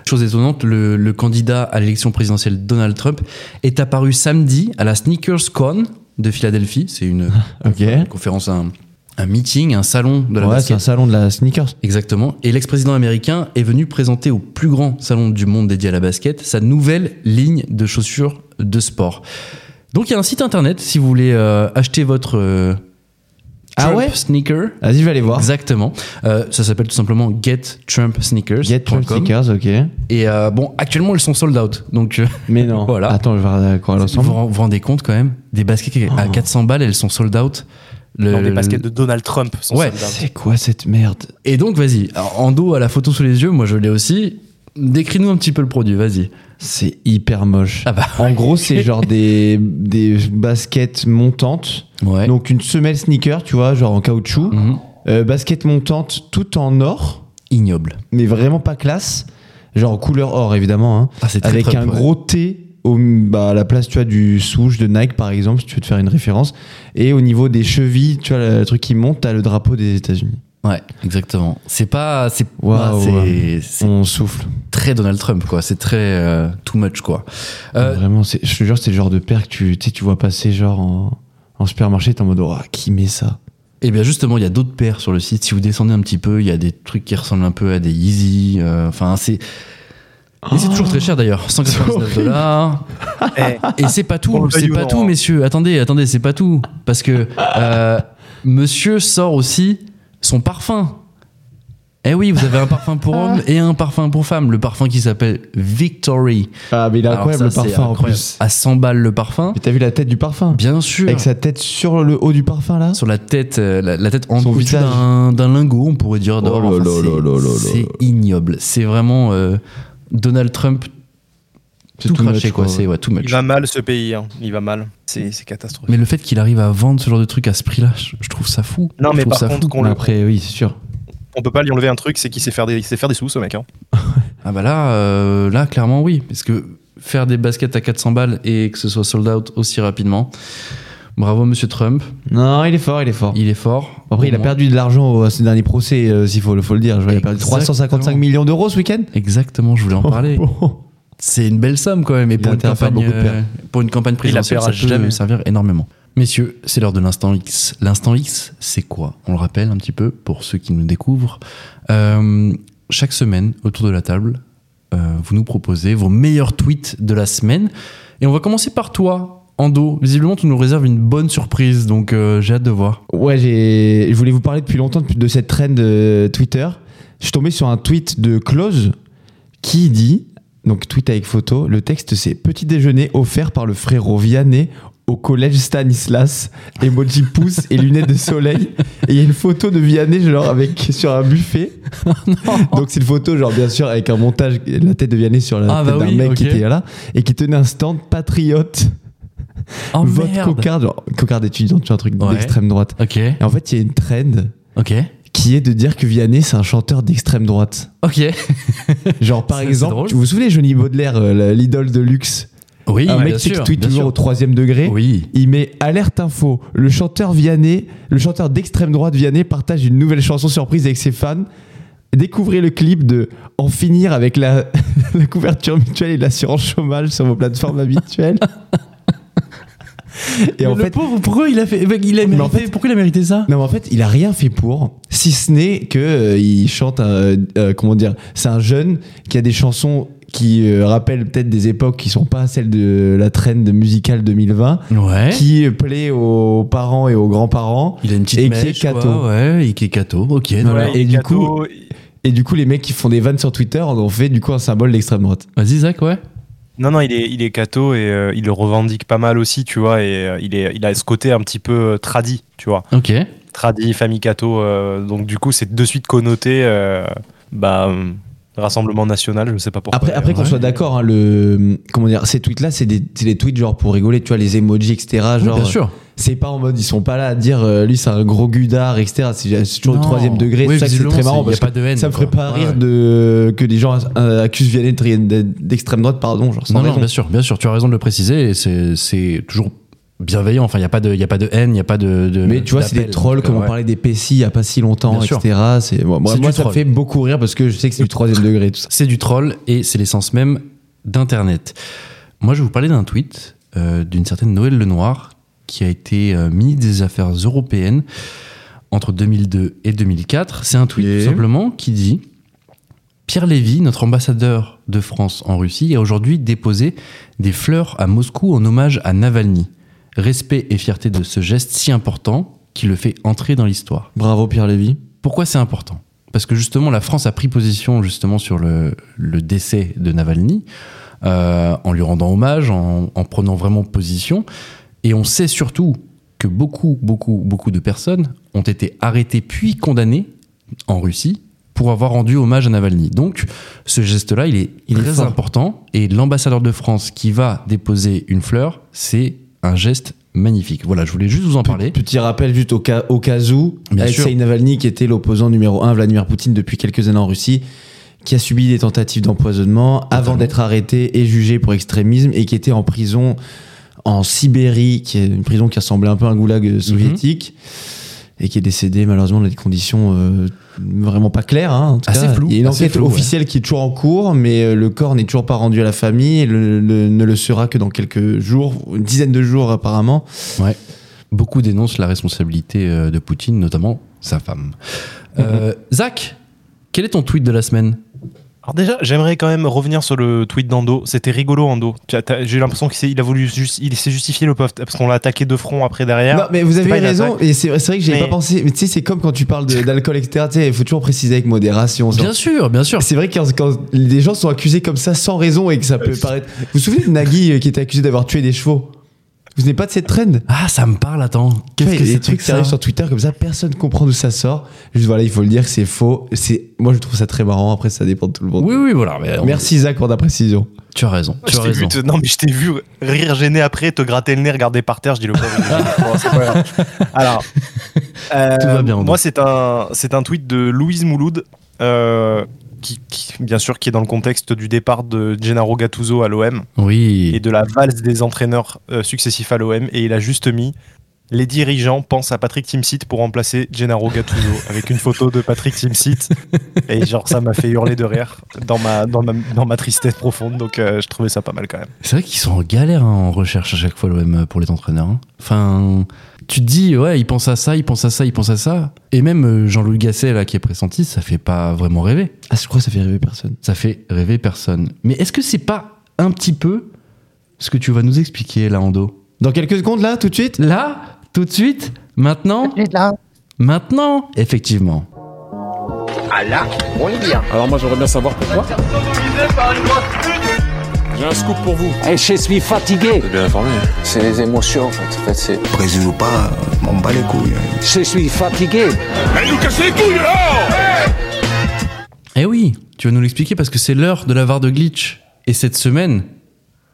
C: Chose étonnante, le, le candidat à l'élection présidentielle Donald Trump est apparu samedi à la Sneakers Con de Philadelphie. C'est une,
D: Ah, Ok.
C: une conférence, un, un meeting, un salon de la
D: ouais, c'est
C: basket.
D: un salon de la sneakers.
C: Exactement. Et l'ex-président américain est venu présenter au plus grand salon du monde dédié à la basket sa nouvelle ligne de chaussures de sport. Donc il y a un site internet si vous voulez euh, acheter votre euh,
D: Ah
C: Trump
D: ouais Oh.
C: sneaker.
D: Vas-y, je vais aller voir.
C: Exactement. Euh, ça s'appelle tout simplement gettrumpsneakers.com.
D: Get Trump sneakers, ok.
C: Et euh, bon, actuellement, elles sont sold out. Donc, euh,
D: Mais non.
C: Voilà.
D: Attends, je vais regarder quoi
C: vous
D: l'ensemble.
C: vous rendez compte quand même Des baskets à 400 balles, elles sont sold out. Le-
E: Dans des baskets de Donald Trump. sont
C: Ouais.
E: sold out.
D: Euh, C'est quoi cette merde
C: Et donc, vas-y, en dos à la photo sous les yeux, moi je l'ai aussi. Décris-nous un petit peu le produit, vas-y.
D: C'est hyper moche.
C: Ah bah.
D: En gros, c'est genre des, des baskets montantes.
C: Ouais.
D: Donc une semelle sneaker, tu vois, genre en caoutchouc.
C: Mhm.
D: Euh, basket montante, tout en or,
C: Ignoble.
D: mais vraiment pas classe. Genre en couleur or, évidemment. hein.
C: Ah, c'est très,
D: avec
C: très
D: un
C: propre.
D: gros T au, bah, à la place tu vois, du souche de Nike par exemple si tu veux te faire une référence et au niveau des chevilles tu vois le truc qui monte t'as le drapeau des États-Unis
C: Ouais, exactement. C'est pas. C'est
D: Waouh.
C: ouais, c'est- c'est
D: on souffle
C: très Donald Trump, quoi. C'est très euh, too much, quoi. Euh,
D: vraiment c'est- je te jure c'est le genre de paire que tu tu sais, tu vois passer genre en, en supermarché t'es en mode oh, qui met ça
C: Et eh bien justement, il y a d'autres paires sur le site. Si vous descendez un petit peu, il y a des trucs qui ressemblent un peu à des Yeezy. euh, Enfin, c'est Mais c'est toujours très cher d'ailleurs, 199 dollars.
E: Eh,
C: Et c'est pas
E: Qu'on
C: tout,
D: Oh,
E: le veuille
C: c'est
D: bah,
E: ou
C: pas
E: non,
C: tout,
E: hein.
C: messieurs. Attendez, attendez, c'est pas tout. Parce que euh, monsieur sort aussi son parfum. Eh oui, vous avez un parfum pour homme et un parfum pour femme. Le parfum qui s'appelle Victory.
D: Ah, mais il est
C: Alors
D: incroyable
C: ça,
D: le
C: c'est
D: parfum en
C: incroyable.
D: plus.
C: À 100 balles le parfum.
D: Mais t'as vu la tête du parfum
C: Bien sûr.
D: Avec sa tête sur le haut du parfum là
C: Sur la tête, euh, la, la tête
D: Son
C: encouvée
D: visage. Oh
C: d'un d'un lingot, on pourrait dire. d'or.
D: là
C: Enfin,
D: là
C: c'est-
D: là là là là.
C: c'est ignoble. C'est vraiment euh, Donald Trump
D: C'est
C: tout
D: too
C: craché,
D: much,
C: quoi.
D: quoi.
C: C'est ouais, too
E: Il
C: much.
E: va mal ce pays, hein. il va mal. C'est c'est catastrophique.
C: Mais le fait qu'il arrive à vendre ce genre de truc à ce prix-là, je, je trouve ça fou.
E: Non,
C: Je
E: mais
C: trouve
E: par
C: ça
E: contre,
C: fou.
E: qu'on le-
D: Après, oui, c'est sûr.
E: on peut pas lui enlever un truc, c'est qu'il sait faire des, il sait faire des sous, ce mec. hein.
C: Ah bah là, euh, là, clairement, oui. Parce que faire des baskets à 400 balles et que ce soit sold out aussi rapidement, bravo, monsieur Trump.
D: Non, il est fort, il est fort.
C: Il est fort.
D: Après, il a
C: Pour moi.
D: perdu de l'argent au- à ce dernier procès, euh, s'il faut, le- faut le dire. Je vois, il a perdu
C: Exactement.
D: 355 millions d'euros ce week-end
C: Exactement, je voulais
D: Oh.
C: en parler. C'est une belle somme quand même. Et
D: Il
C: pour
D: a
C: une,
D: intérêt à faire
C: campagne,
D: beaucoup de
C: euh, pour une campagne présidentielle,
E: paiera
C: ça peut
E: jamais.
C: servir énormément. Messieurs, c'est l'heure de l'instant X. L'instant X, c'est quoi On le rappelle un petit peu pour ceux qui nous découvrent. Euh, chaque semaine, autour de la table, euh, vous nous proposez vos meilleurs tweets de la semaine. Et on va commencer par toi, Ando. Visiblement, tu nous réserves une bonne surprise, donc euh, j'ai hâte de voir.
D: Ouais, j'ai- je voulais vous parler depuis longtemps de de cette trend euh, Twitter. Je suis tombé sur un tweet de Close qui dit, donc tweet avec photo, le texte c'est Petit déjeuner offert par le frérot Vianney au collège Stanislas, emoji pouce et lunettes de soleil. Et il y a une photo de Vianney genre avec, sur un buffet. donc c'est une photo genre bien sûr avec un montage, la tête de Vianney sur la
C: Ah,
D: tête
C: bah
D: d'un
C: oui,
D: mec qui
C: ok.
D: était là et qui tenait un stand patriote,
C: Oh
D: vote
C: merde
D: cocarde, genre cocarde étudiante, tu vois, un truc
C: Ouais.
D: d'extrême droite.
C: Ok,
D: Et en fait il y a une trend
C: ok,
D: qui est de dire que Vianney c'est un chanteur d'extrême droite.
C: ok.
D: Genre par
C: Ça, c'est drôle.
D: exemple, vous vous souvenez Johnny Baudelaire, euh, la- l'idole de luxe,
C: Oui,
D: un mec
C: bien
D: qui
C: sûr,
D: tweet
C: bien
D: toujours
C: sûr.
D: au troisième degré.
C: Oui.
D: Il met alerte info. Le chanteur Vianney, le chanteur d'extrême droite Vianney partage une nouvelle chanson surprise avec ses fans. Découvrez le clip de En finir avec la, la couverture mutuelle et l'assurance chômage sur vos plateformes habituelles. Et en
C: Mais le
D: fait,
C: pauvre, pourquoi il a fait, il a
D: Mais en
C: mérité- pourquoi il a mérité ça
D: Non, mais en fait, il a rien fait pour, si ce n'est que euh, il chante un, euh, euh, comment dire, c'est un jeune qui a des chansons qui euh, rappellent peut-être des époques qui sont pas celles de la trend musicale 2020,
C: Ouais.
D: qui euh, plaît aux parents et aux grands-parents.
C: il a une petite
D: et qui
C: mèche,
D: est catho.
C: quoi, ouais, et qui est catho. Ok.
D: Voilà.
C: d'accord.
D: Et du
E: Cato, il-
D: Et du coup, les mecs qui font des vannes sur Twitter en ont fait du coup un symbole d'extrême droite.
C: Vas-y, Zach, ouais.
E: Non, non, il est, il est catho et euh, il le revendique pas mal aussi, tu vois. Et euh, il, est, il a ce côté un petit peu euh, tradi, tu vois.
C: Ok.
D: Ah,
E: Tradi, famille catho. euh, donc, du coup, c'est de suite connoté, euh, bah, euh, Rassemblement national, je sais pas pourquoi.
D: Après, après qu'on
C: bah, ouais.
D: soit d'accord, hein, le comment dire, ces tweets là, c'est des, c'est des tweets genre pour rigoler, tu vois, les emojis, etc.
C: Oui,
D: Genre, euh,
C: bien sûr.
D: C'est pas en mode ils sont pas là à dire euh, lui c'est un gros gudard etc. C'est c'est toujours
C: Non.
D: le troisième degré.
C: Oui,
D: c'est ça que c'est
C: visiblement,
D: très marrant
C: c'est- y a
D: parce
C: pas
D: que
C: de haine,
D: ça me
C: quoi.
D: ferait pas
C: Ouais,
D: rire
C: ouais.
D: de que les gens euh, accusent Vianney de- de- d'extrême droite pardon genre sans
C: Non, non,
D: raison.
C: bien sûr, bien sûr. Tu as raison de le préciser. et C'est, c'est toujours bienveillant. Enfin, il y a pas de, il y a pas de haine, il y a pas de. de-
D: Mais tu vois c'est des
C: d'appel, en
D: trolls
C: tout cas,
D: comme on
C: euh, ouais.
D: parlait des PC il y a pas si longtemps
C: Bien sûr.
D: etc. C'est bon, moi,
C: C'est
D: moi,
C: du
D: ça me
C: troll.
D: fait beaucoup rire parce que je sais que c'est du troisième degré tout ça.
C: C'est du troll et c'est l'essence même d'Internet. Moi, je vais vous parler d'un tweet euh, d'une certaine Noël Lenoir qui a été euh, mis des affaires européennes entre 2002 et 2004. C'est un tweet
D: Ok.
C: tout simplement qui dit Pierre Lévy, notre ambassadeur de France en Russie, a aujourd'hui déposé des fleurs à Moscou en hommage à Navalny. Respect et fierté de ce geste si important qui le fait entrer dans l'histoire.
D: Bravo Pierre Lévy.
C: Pourquoi c'est important Parce que justement, la France a pris position justement sur le, le décès de Navalny, euh, en lui rendant hommage, en, en prenant vraiment position. Et on sait surtout que beaucoup, beaucoup, beaucoup de personnes ont été arrêtées puis condamnées en Russie pour avoir rendu hommage à Navalny. Donc, ce geste-là, il est
D: Il est
C: très
D: fort.
C: important. Et l'ambassadeur de France qui va déposer une fleur, c'est un geste magnifique. Voilà, je voulais juste vous en parler.
D: Petit rappel juste au cas, au cas où,
C: Bien sûr.
D: Alexei Navalny, qui était l'opposant numéro 1 à Vladimir Poutine depuis quelques années en Russie, qui a subi des tentatives d'empoisonnement avant d'être arrêté et jugé pour extrémisme et qui était en prison en Sibérie, qui est une prison qui ressemblait un peu à un goulag euh, soviétique.
C: Mhm.
D: Et qui est décédé malheureusement dans des conditions euh, vraiment pas claires. hein, en tout
C: Assez
D: cas.
C: floues,
D: Il y a une
C: assez
D: enquête
C: floues, ouais.
D: officielle qui est toujours en cours, mais euh, le corps n'est toujours pas rendu à la famille et le- le- ne le sera que dans quelques jours, une dizaine de jours apparemment.
C: Beaucoup dénoncent la responsabilité euh, de
D: Mhm.
C: Poutine, notamment sa femme. Euh, Zach, quel est ton tweet de la semaine
E: Alors déjà, j'aimerais quand même revenir sur le tweet d'Ando. C'était rigolo, Ando. Tu as- t'as- J'ai eu l'impression qu'il s'est- il a voulu juste, il s'est justifié le pauvre parce qu'on l'a attaqué de front après derrière.
D: Non, mais vous
E: C'était
D: avez
E: pas une
D: raison,
E: attaque.
D: et c'est c'est vrai que j'y avais
E: Mais-
D: pas pensé. Mais tu sais, c'est comme quand tu parles de- d'alcool, etc. Tu sais, il faut toujours préciser avec modération. genre.
C: Bien sûr, bien sûr.
D: C'est vrai que quand- quand les gens sont accusés comme ça sans raison et que ça peut paraître. Vous vous souvenez de Nagui euh, qui était accusé d'avoir tué des chevaux Vous n'êtes pas de cette trend
C: Ah, ça me parle, attends. Qu'est-ce
D: Ouais,
C: que
D: les
C: c'est
D: trucs
C: que
D: qui arrivent
C: ça
D: sur Twitter comme ça Personne comprend d'où ça sort. Juste voilà, il faut le dire, c'est faux. C'est moi je trouve ça très marrant. Après, ça dépend de tout le monde.
C: Oui, oui, voilà. mais on-
D: Merci Zach pour ta précision.
C: Tu as raison. Tu
E: Je
C: as
E: t'ai vu
C: raison.
E: te- non mais je t'ai vu rire gêné après, te gratter le nez, regarder par terre. Je dis le pauvre. il est- Bon, c'est pas grave. Alors, euh,
C: Tout va bien, Ando.
E: Moi, c'est un, c'est un tweet de Louise Mouloud, euh, qui, qui, bien sûr, qui est dans le contexte du départ de Gennaro Gattuso à l'OM. et
C: Oui.
E: de la valse des entraîneurs euh, successifs à l'OM et il a juste mis les dirigeants pensent à Patrick Timsit pour remplacer Gennaro Gattuso avec une photo de Patrick Timsit et genre ça m'a fait hurler de rire dans ma dans ma, dans ma tristesse profonde donc euh, je trouvais ça pas mal quand même.
C: C'est vrai qu'ils sont en galère hein, en recherche à chaque fois, l'OM, pour les entraîneurs. hein. Enfin, tu te dis, ouais, ils pensent à ça, ils pensent à ça, ils pensent à ça. Et même euh, Jean-Louis Gasset, là, qui est pressenti, ça fait pas vraiment rêver.
D: Ah, je crois que ça fait rêver personne.
C: Ça fait rêver personne. Mais est-ce que c'est pas un petit peu ce que tu vas nous expliquer, là, Ando
D: Dans quelques secondes là, tout de suite.
C: Là, tout de suite, maintenant Maintenant Effectivement.
G: Ah là, on est bien.
B: Alors moi j'aimerais bien savoir pourquoi. J'ai un scoop pour vous.
I: Et je suis fatigué.
B: Bien informé.
I: C'est les émotions, en fait. En fait, c'est...
G: Brésil ou pas, on m'en bat les couilles.
I: Je suis fatigué.
C: Eh oui, tu vas nous l'expliquer parce que c'est l'heure de la VAR de glitch. Et cette semaine,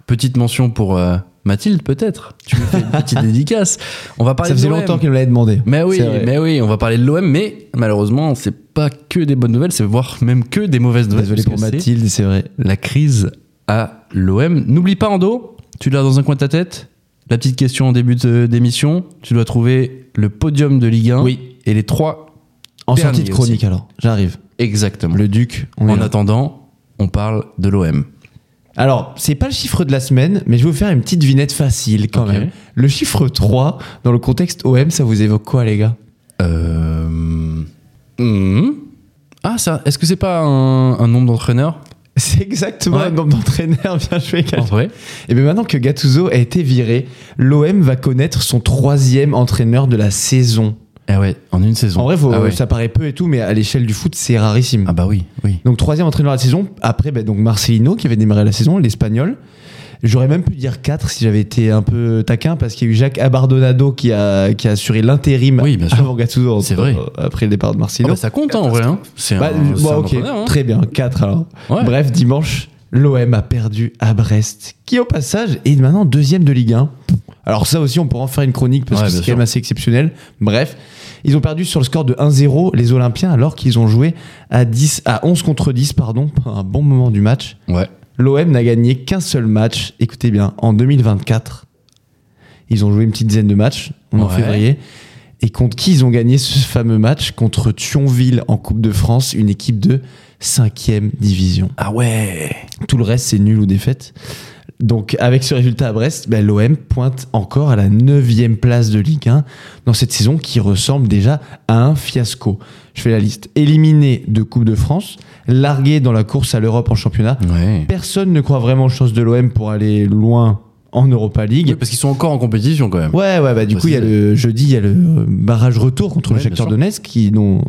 C: petite mention pour euh, Mathilde peut-être. Tu me fais une petite dédicace. On va parler
D: Ça
C: de
D: faisait
C: l'OM.
D: longtemps qu'il me l'avait demandé.
C: Mais oui,
D: C'est vrai.
C: mais oui, on va parler de l'OM, mais malheureusement, c'est pas que des bonnes nouvelles, c'est voire même que des mauvaises nouvelles.
D: Désolé
C: parce
D: pour
C: que c'est
D: Mathilde, c'est vrai.
C: La crise à l'OM. N'oublie pas Ando, tu l'as dans un coin de ta tête. La petite question en début de- d'émission, tu dois trouver le podium de Ligue 1
D: Oui.
C: et les trois
D: En
C: Dernier
D: sortie de chronique alors, j'arrive.
C: exactement.
D: Le Duc, on est
C: en
D: là.
C: attendant, on parle de l'OM.
D: Alors, c'est pas le chiffre de la semaine, mais je vais vous faire une petite vinette facile quand
C: Ok.
D: même. Le chiffre 3, dans le contexte OM, ça vous évoque quoi les gars
C: Euh... hmm.
D: Mhm.
C: Ah ça, est-ce que c'est pas un, un nombre d'entraîneurs
D: C'est exactement
C: Ouais.
D: le nombre d'entraîneurs, bien joué Cal.
C: En vrai
D: Et bien maintenant que Gattuso a été viré, l'OM va connaître son troisième entraîneur de la saison.
C: Eh ouais, en une saison.
D: En vrai, faut-
C: ah, ouais.
D: ça paraît peu et tout, mais à l'échelle du foot, c'est rarissime.
C: Ah bah oui, oui.
D: Donc troisième entraîneur de la saison, après ben, donc Marcelino qui avait démarré la saison, l'Espagnol. J'aurais même pu dire 4 si j'avais été un peu taquin parce qu'il y a eu Jacques Abardonado qui a, qui a assuré l'intérim
C: Oui, bien sûr.
D: avant Gattuso
C: C'est
D: euh,
C: vrai.
D: après le départ de
C: Ah
D: Marcelino.
C: bah, ça compte hein, en vrai. hein. C'est
D: Bah,
C: un, c'est
D: bon,
C: un
D: ok,
C: entraîneur, hein.
D: très bien, 4 alors.
C: Ouais.
D: Bref, dimanche, l'OM a perdu à Brest, qui au passage est maintenant deuxième de Ligue 1. Alors ça aussi, on pourra en faire une chronique parce
C: Ouais,
D: que c'est
C: bien
D: quand
C: sûr.
D: même assez exceptionnel. Bref, ils ont perdu sur le score de 1-0 les Olympiens alors qu'ils ont joué à 10 à 11 contre 10 pardon, à un bon moment du match.
C: Ouais.
D: L'OM n'a gagné qu'un seul match. Écoutez bien, en 2024, ils ont joué une petite dizaine de matchs en
C: Ouais.
D: février. Et contre qui ils ont gagné ce fameux match Contre Thionville en Coupe de France, une équipe de 5ème division.
C: Ah ouais.
D: Tout le reste, c'est nul ou défaite. Donc, avec ce résultat à Brest, ben, l'OM pointe encore à la 9 place de Ligue 1 dans cette saison qui ressemble déjà à un fiasco. Je fais la liste. Éliminé de Coupe de France, largué dans la course à l'Europe en championnat,
C: Ouais.
D: personne ne croit vraiment aux choses de l'OM pour aller loin en Europa League.
C: Oui, parce qu'ils sont encore en compétition quand même.
D: Ouais, ouais, bah du
C: Bah,
D: coup, il y a
C: c'est-
D: le jeudi, il y a le euh, barrage retour contre
C: Ouais,
D: le Shakhtar
C: bien sûr.
D: Donetsk qui dont-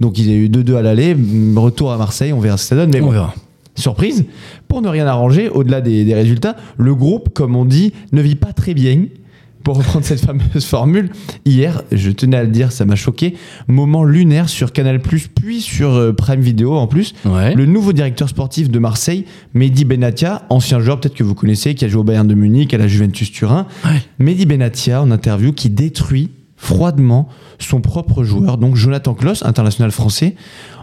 D: donc il y a eu 2-2 à l'aller, mm, retour à Marseille, on verra ce que ça donne. Mais
C: On
D: bon,
C: verra.
D: surprise, pour ne rien arranger, au-delà des, des résultats, le groupe, comme on dit, ne vit pas très bien. Pour reprendre cette fameuse formule, hier, je tenais à le dire, ça m'a choqué, moment lunaire sur Canal+, puis sur euh, Prime Video en plus,
C: Ouais.
D: le nouveau directeur sportif de Marseille, Mehdi Benatia, ancien joueur peut-être que vous connaissez, qui a joué au Bayern de Munich, à la Juventus Turin.
C: Ouais.
D: Mehdi Benatia, en interview, qui détruit froidement son propre joueur, donc Jonathan Kloss, international français,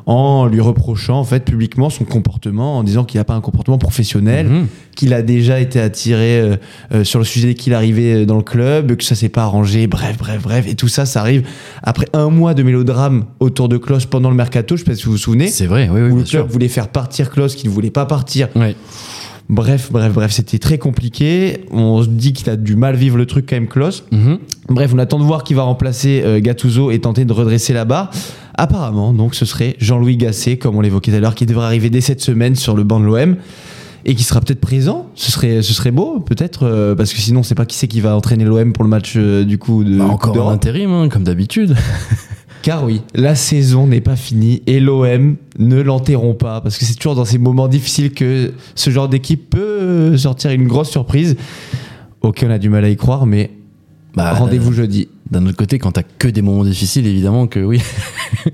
D: en lui reprochant en fait publiquement son comportement, en disant qu'il n'a pas un comportement professionnel,
C: Mhm.
D: qu'il a déjà été attiré euh, euh, sur le sujet dès qu'il arrivait euh, dans le club, que ça s'est pas arrangé, bref, bref, bref, et tout ça, ça arrive après un mois de mélodrame autour de Kloss pendant le mercato, je sais pas si vous vous souvenez
C: C'est vrai, oui, oui,
D: où
C: bien
D: le club
C: sûr.
D: voulait faire partir Klaus qui ne voulait pas partir.
C: Ouais.
D: Bref, bref, bref, c'était très compliqué. On se dit qu'il a du mal vivre le truc quand même, Klaus.
C: Mhm.
D: Bref, on attend de voir qui va remplacer euh, Gattuso et tenter de redresser la barre. Apparemment, donc, ce serait Jean-Louis Gasset, comme on l'évoquait tout à l'heure, qui devrait arriver dès cette semaine sur le banc de l'OM et qui sera peut-être présent. Ce serait, ce serait beau, peut-être, euh, parce que sinon, on sait pas qui c'est qui va entraîner l'OM pour le match euh, du coup de.
C: Bah,
D: Coupe
C: encore un
D: d'Europe.
C: intérim, hein, comme d'habitude.
D: Car oui, la saison n'est pas finie et l'OM ne l'enterrons pas parce que c'est toujours dans ces moments difficiles que ce genre d'équipe peut sortir une grosse surprise. Ok, on a du mal à y croire, mais
C: Bah,
D: rendez-vous jeudi.
C: D'un autre côté, quand t'as que des moments difficiles, évidemment que oui,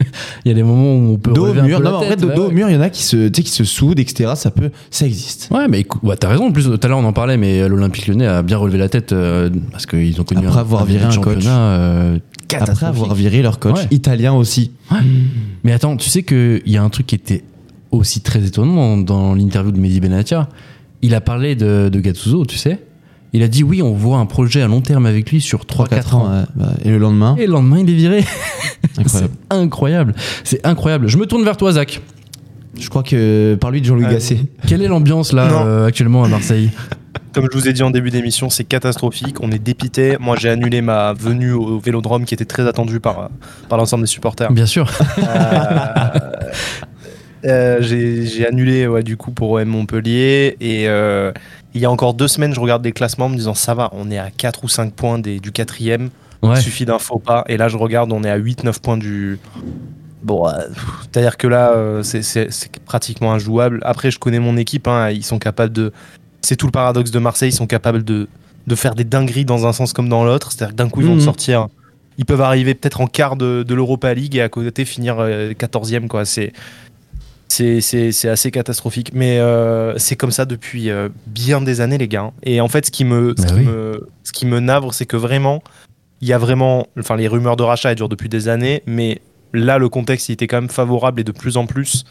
C: il y a des moments où on peut
D: Dos au
C: relever euh, un
D: mur,
C: peu
D: non,
C: la
D: mais en vrai,
C: tête,
D: dos
C: ouais,
D: dos au
C: ouais.
D: mur, il y en a qui se, tu sais, qui se soudent, etc. Ça peut, ça existe.
C: Ouais, mais écoute, ouais, t'as raison. En plus, tout à l'heure, on en parlait, mais euh, l'Olympique Lyonnais a bien relevé la tête euh, parce qu'ils ont connu
D: Après
C: un,
D: avoir viré
C: début de
D: un coach.
C: championnat, euh,
D: Après avoir viré leur coach
C: Ouais.
D: italien aussi.
C: Mais attends, tu sais qu'il y a un truc qui était aussi très étonnant dans, dans l'interview de Mehdi Benatia. Il a parlé de, de Gattuso, tu sais. Il a dit oui, on voit un projet à long terme avec lui sur 3-4 ans.
D: ouais. Bah, Et le lendemain,
C: Et le lendemain, il est viré.
D: incroyable.
C: C'est incroyable. C'est incroyable. Je me tourne vers toi, Zach.
D: Je crois que par lui de Jean-Louis
E: Ah,
D: Gasset.
C: Quelle est l'ambiance là
E: Non.
C: euh, actuellement à Marseille
E: Comme je vous ai dit en début d'émission, c'est catastrophique. On est dépité. Moi, j'ai annulé ma venue au Vélodrome qui était très attendue par, euh, par l'ensemble des supporters.
C: Bien sûr.
E: Euh, euh, j'ai j'ai annulé ouais, du coup pour OM Montpellier et euh, il y a encore deux semaines je regarde des classements en me disant ça va on est à 4 ou 5 points des- du quatrième
C: Ouais.
E: il suffit d'un faux pas et là je regarde on est à 8-9 points du bon c'est à dire que là euh, c'est- c'est c'est pratiquement injouable après je connais mon équipe hein, ils sont capables de c'est tout le paradoxe de Marseille ils sont capables de, de faire des dingueries dans un sens comme dans l'autre c'est à dire que d'un coup ils vont
D: Mhm.
E: te sortir ils peuvent arriver peut-être en quart de, de l'Europa League et à côté finir euh, 14e quoi c'est c'est- c'est c'est assez catastrophique mais euh, c'est comme ça depuis euh, bien des années les gars et en fait ce qui me ce,
C: Bah
E: qui,
C: oui.
E: me, ce qui me navre c'est que vraiment il y a vraiment enfin les rumeurs de rachat elles durent depuis des années mais là le contexte il était quand même favorable et de plus en plus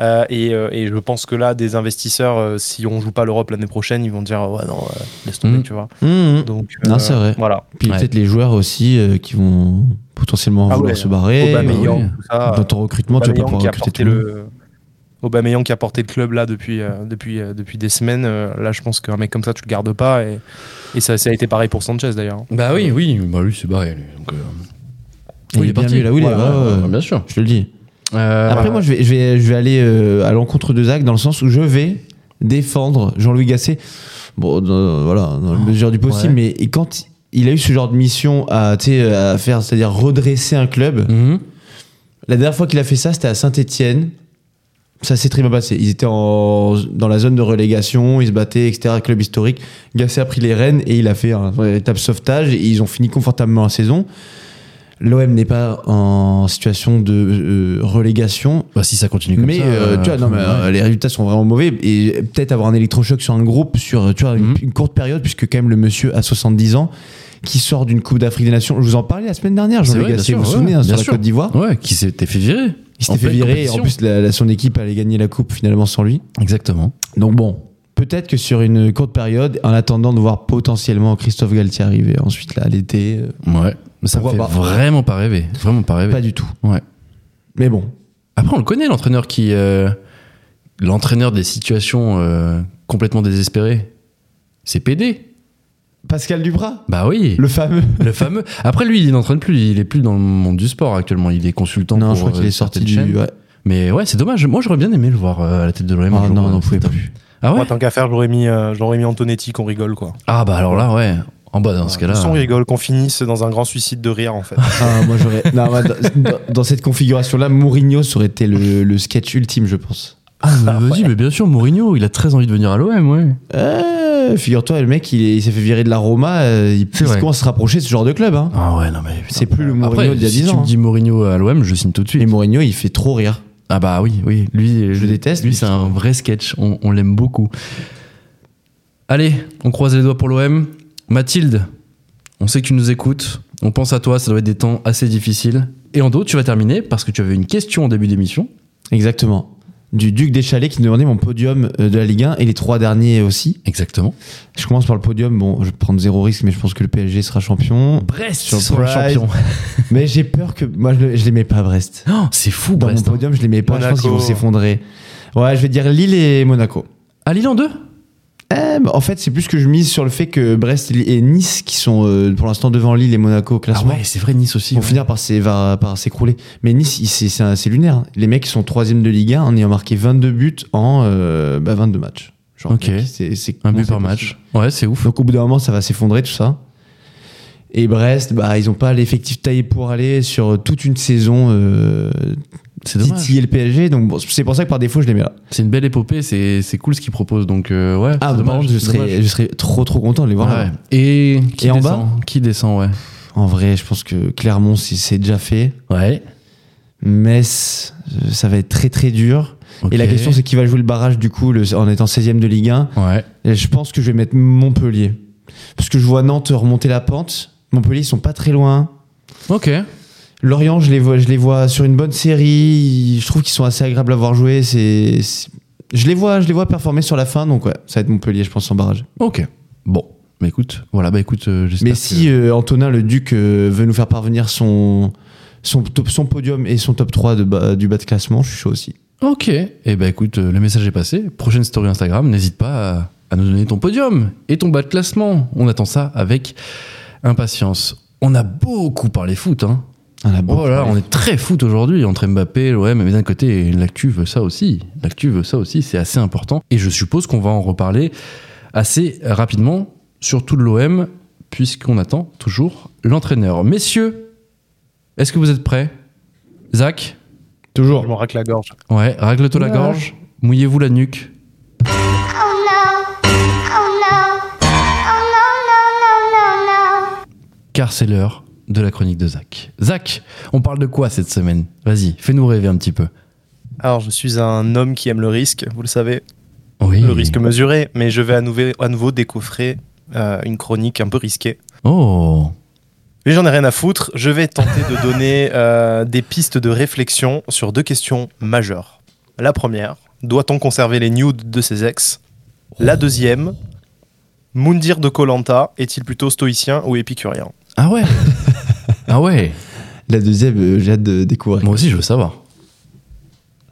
E: Euh, et, euh, et je pense que là des investisseurs euh, si on joue pas l'Europe l'année prochaine ils vont dire ouais non euh, laisse tomber
C: Mhm.
E: tu vois
D: Mmh.
E: donc euh,
D: Non, c'est vrai.
E: voilà
D: Puis
C: Ouais.
D: peut-être les joueurs aussi euh, qui vont potentiellement
E: Ah
D: vouloir
E: ouais.
D: se barrer.
E: Aubameyang,
D: Ouais.
E: tout ça,
D: Eh Dans ton recrutement, tu vas pas
E: Aubameyang
D: pouvoir
E: Ah, qui a
D: recruter
E: porté
D: tout le monde.
E: le Aubameyang qui a porté le club là depuis euh, depuis euh, depuis des semaines euh, là je pense qu'un mec comme ça tu le gardes pas et, et ça, ça a été pareil pour Sanchez d'ailleurs
C: Bah oui, oui. Bah lui, c'est barré. lui. Donc, euh,
D: Et il est bien lui, là, oui, il est- ouais, ouais, ouais.
C: Bien sûr.
D: Je te le dis.
E: Ah,
C: Euh,
D: Après, moi, je vais, je vais, je vais aller euh, à l'encontre de Zach dans le sens où je vais défendre Jean-Louis Gasset. Bon, dans- voilà, dans la mesure du possible, mais et quand il a eu ce genre de mission à, tu sais, à faire, c'est-à-dire redresser un club,
C: mhm.
D: la dernière fois qu'il a fait ça, c'était à Saint-Etienne. Ça s'est très bien passé. Ils étaient en- dans la zone de relégation, ils se battaient, etc. Club historique. Gasset a pris les rênes et il a fait un véritable sauvetage. Et ils ont fini confortablement la saison. L'OM n'est pas en situation de euh, relégation.
C: Bah, si ça continue comme
D: Mais
C: ça.
D: euh, tu vois, non, mais,
C: ouais.
D: euh, les résultats sont vraiment mauvais et peut-être avoir un électrochoc sur un groupe sur tu vois, une,
C: Mhm.
D: une courte période puisque quand même le monsieur a 70 ans qui sort d'une Coupe d'Afrique des Nations. Je vous en parlais la semaine dernière,
C: C'est
D: jean
C: vrai, bien
D: Gasset,
C: sûr,
D: vous vous
C: ouais,
D: souvenez hein, sur
C: bien
D: la
C: sûr.
D: Côte d'Ivoire.
C: Ouais, qui s'était fait virer. En
D: Il s'était fait
C: pleine
D: virer et en
C: compétition.
D: plus la, la- son équipe allait gagner la Coupe finalement sans lui.
C: Exactement.
D: Donc bon, peut-être que sur une courte période, en attendant de voir potentiellement Christophe Galtier arriver ensuite là à l'été, euh,
C: Ouais. Mais ça me
D: Pourquoi
C: fait
D: pas
C: vraiment pas rêver. Vraiment pas rêver.
D: pas du tout.
C: Ah Ouais.
D: Mais bon,
C: Après, on le connaît, l'entraîneur qui. euh, l'entraîneur des situations euh, complètement désespérées. C'est PD.
D: Pascal Duprat,
C: Bah oui.
D: le fameux.
C: Le fameux. Après, lui, il n'entraîne plus. Il est plus dans le monde du sport actuellement. Il est consultant.
D: Non,
C: pour,
D: je crois qu'il
C: euh,
D: est sorti
C: certaines
D: du.
C: chaînes.
D: ouais.
C: Mais ouais, c'est dommage. Moi, j'aurais bien aimé le voir euh, à la tête de l'OM.
D: Ah
C: un jour,
D: non,
C: euh,
D: on n'en pouvait
C: putain.
D: plus.
C: Ah ouais
E: moi tant qu'à faire j'aurais mis euh, j'aurais mis Antonetti qu'on rigole quoi
C: Ah bah alors là, ouais. En bas, dans ce cas-là.
D: euh,
E: on rigole qu'on finisse dans un grand suicide de rire en fait
D: Ah, moi j'aurais. non, moi, dans, dans- dans cette configuration-là, Mourinho serait été le, le sketch ultime, je pense.
C: Ah, bah, vas-y, mais bien sûr, Mourinho, il a très envie de venir à l'OM, ouais.
D: Euh, Figure-toi, le mec, il, est- il s'est fait virer de la Roma. euh, il
C: C'est
D: il
C: vrai.
D: commence à se rapprocher de ce genre de club. hein.
C: Ah ouais, non mais. putain. bah,
D: C'est plus le Mourinho
C: Après,
D: d'il y a
C: si
D: 10
C: tu
D: ans. hein.
C: me dis Mourinho à l'OM, je signe tout de
D: Et
C: suite.
D: Mourinho, il fait trop rire.
C: Ah bah oui, oui. Lui,
D: Je le déteste,
C: Lui,
D: mais
C: c'est un vrai sketch. On, on l'aime beaucoup. Allez, on croise les doigts pour l'OM. Mathilde, on sait que tu nous écoutes. On pense à toi. Ça doit être des temps assez difficiles. Et Ando, tu vas terminer parce que tu avais une question en début d'émission.
D: Exactement. Du Duc des Chalets qui nous demandait mon podium euh, de la Ligue 1 et les trois derniers aussi.
C: Exactement.
D: Je commence par le podium. Bon, je vais prendre zéro risque, mais je pense que le PSG sera champion.
C: Brest
D: Surprise.
C: sera champion.
D: Mais j'ai peur que. Moi, je, le- je l'aimais pas, Brest. hein.
C: Oh, c'est fou,
D: Dans
C: Brest.
D: mon podium, je l'aimais pas. Je pense
E: Monaco.
D: qu'ils vont s'effondrer. Ouais, je vais dire Lille et Monaco.
C: À Lille Ah, en deux
D: Eh, bah, en fait, c'est plus que je mise sur le fait que Brest et Nice, qui sont euh, pour l'instant devant Lille et Monaco au
C: Ah
D: classement,
C: ouais, c'est vrai, Nice aussi.
D: vont
C: ouais.
D: finir par s'é- va- par s'écrouler. Mais Nice, il- c'est- c'est un- c'est lunaire. Les mecs sont troisième de Ligue 1 en ayant marqué 22 buts en euh, bah, 22 matchs. Genre,
C: Ok.
D: mec, c'est- c'est-
C: Un
D: comment
C: but
D: c'est
C: par
D: possible
C: match. Ouais, c'est ouf.
D: Donc au bout d'un moment, ça va s'effondrer tout ça. Et Brest, bah, ils n'ont pas l'effectif taillé pour aller sur toute une saison euh,
C: C'est dommage.
D: titiller le PSG. Donc bon, c'est pour ça que par défaut, je les mets là.
C: C'est une belle épopée, c'est c'est cool ce qu'ils proposent. Donc, euh, ouais.
D: Ah,
C: c'est
D: bah, par
C: dommage,
D: contre, je
C: c'est
D: serais,
C: dommage.
D: je serais trop trop content de les voir
C: Ouais,
D: là.
C: ouais. Et qui
D: Et en
C: descend Qui descend, ouais.
D: En vrai, je pense que Clermont, si c'est déjà fait.
C: Ouais.
D: Metz, euh, ça va être très très dur.
C: ok.
D: Et la question, c'est qui va jouer le barrage du coup le- en étant 16 e de Ligue 1
C: Ouais.
D: Et Je pense que je vais mettre Montpellier. Parce que je vois Nantes remonter la pente. Montpellier, ils sont pas très loin.
C: Ok.
D: Lorient, je les vois, je les vois sur une bonne série. Je trouve qu'ils sont assez agréables à voir jouer. C'est, c'est- je les vois, je les vois performer sur la fin. Donc ouais, ça va être Montpellier, je pense, en barrage.
C: Ok. Bon. Bah écoute, voilà, bah écoute, euh, j'espère.
D: Mais
C: que-
D: si euh, Antonin le Duc euh, veut nous faire parvenir son son, top- son podium et son top 3 de bas- du bas de classement, je suis chaud aussi.
C: Ok. Et bah écoute, euh, le message est passé. Prochaine story Instagram, n'hésite pas à, à nous donner ton podium et ton bas de classement. On attend ça avec impatience. On a beaucoup parlé foot, hein.
D: Ah, la
C: Oh
D: bourre.
C: là là, on est très foot aujourd'hui entre Mbappé, l'OM, mais d'un côté, l'actu veut ça aussi. L'actu veut ça aussi, c'est assez important. Et je suppose qu'on va en reparler assez rapidement, surtout de l'OM, puisqu'on attend toujours l'entraîneur. Messieurs, est-ce que vous êtes prêts Zach
E: Je
D: Toujours.
E: m'en racle la gorge.
C: Ouais, ragle-toi la gorge, mouillez-vous la nuque. Car c'est l'heure de la chronique de Zach. Zach, on parle de quoi cette semaine Vas-y, fais-nous rêver un petit peu.
E: Alors, je suis un homme qui aime le risque, vous le savez,
C: Oui.
E: le risque mesuré, mais je vais à nouveau, à nouveau décoffrer euh, une chronique un peu risquée.
C: Oh,
E: Mais j'en ai rien à foutre, je vais tenter de donner euh, des pistes de réflexion sur deux questions majeures. La première, doit-on conserver les nudes de ses ex La deuxième, Moundir de Colanta est-il plutôt stoïcien ou épicurien
C: ah ouais Ah ouais
D: La deuxième, euh, j'ai hâte de découvrir.
C: Moi aussi, je veux savoir.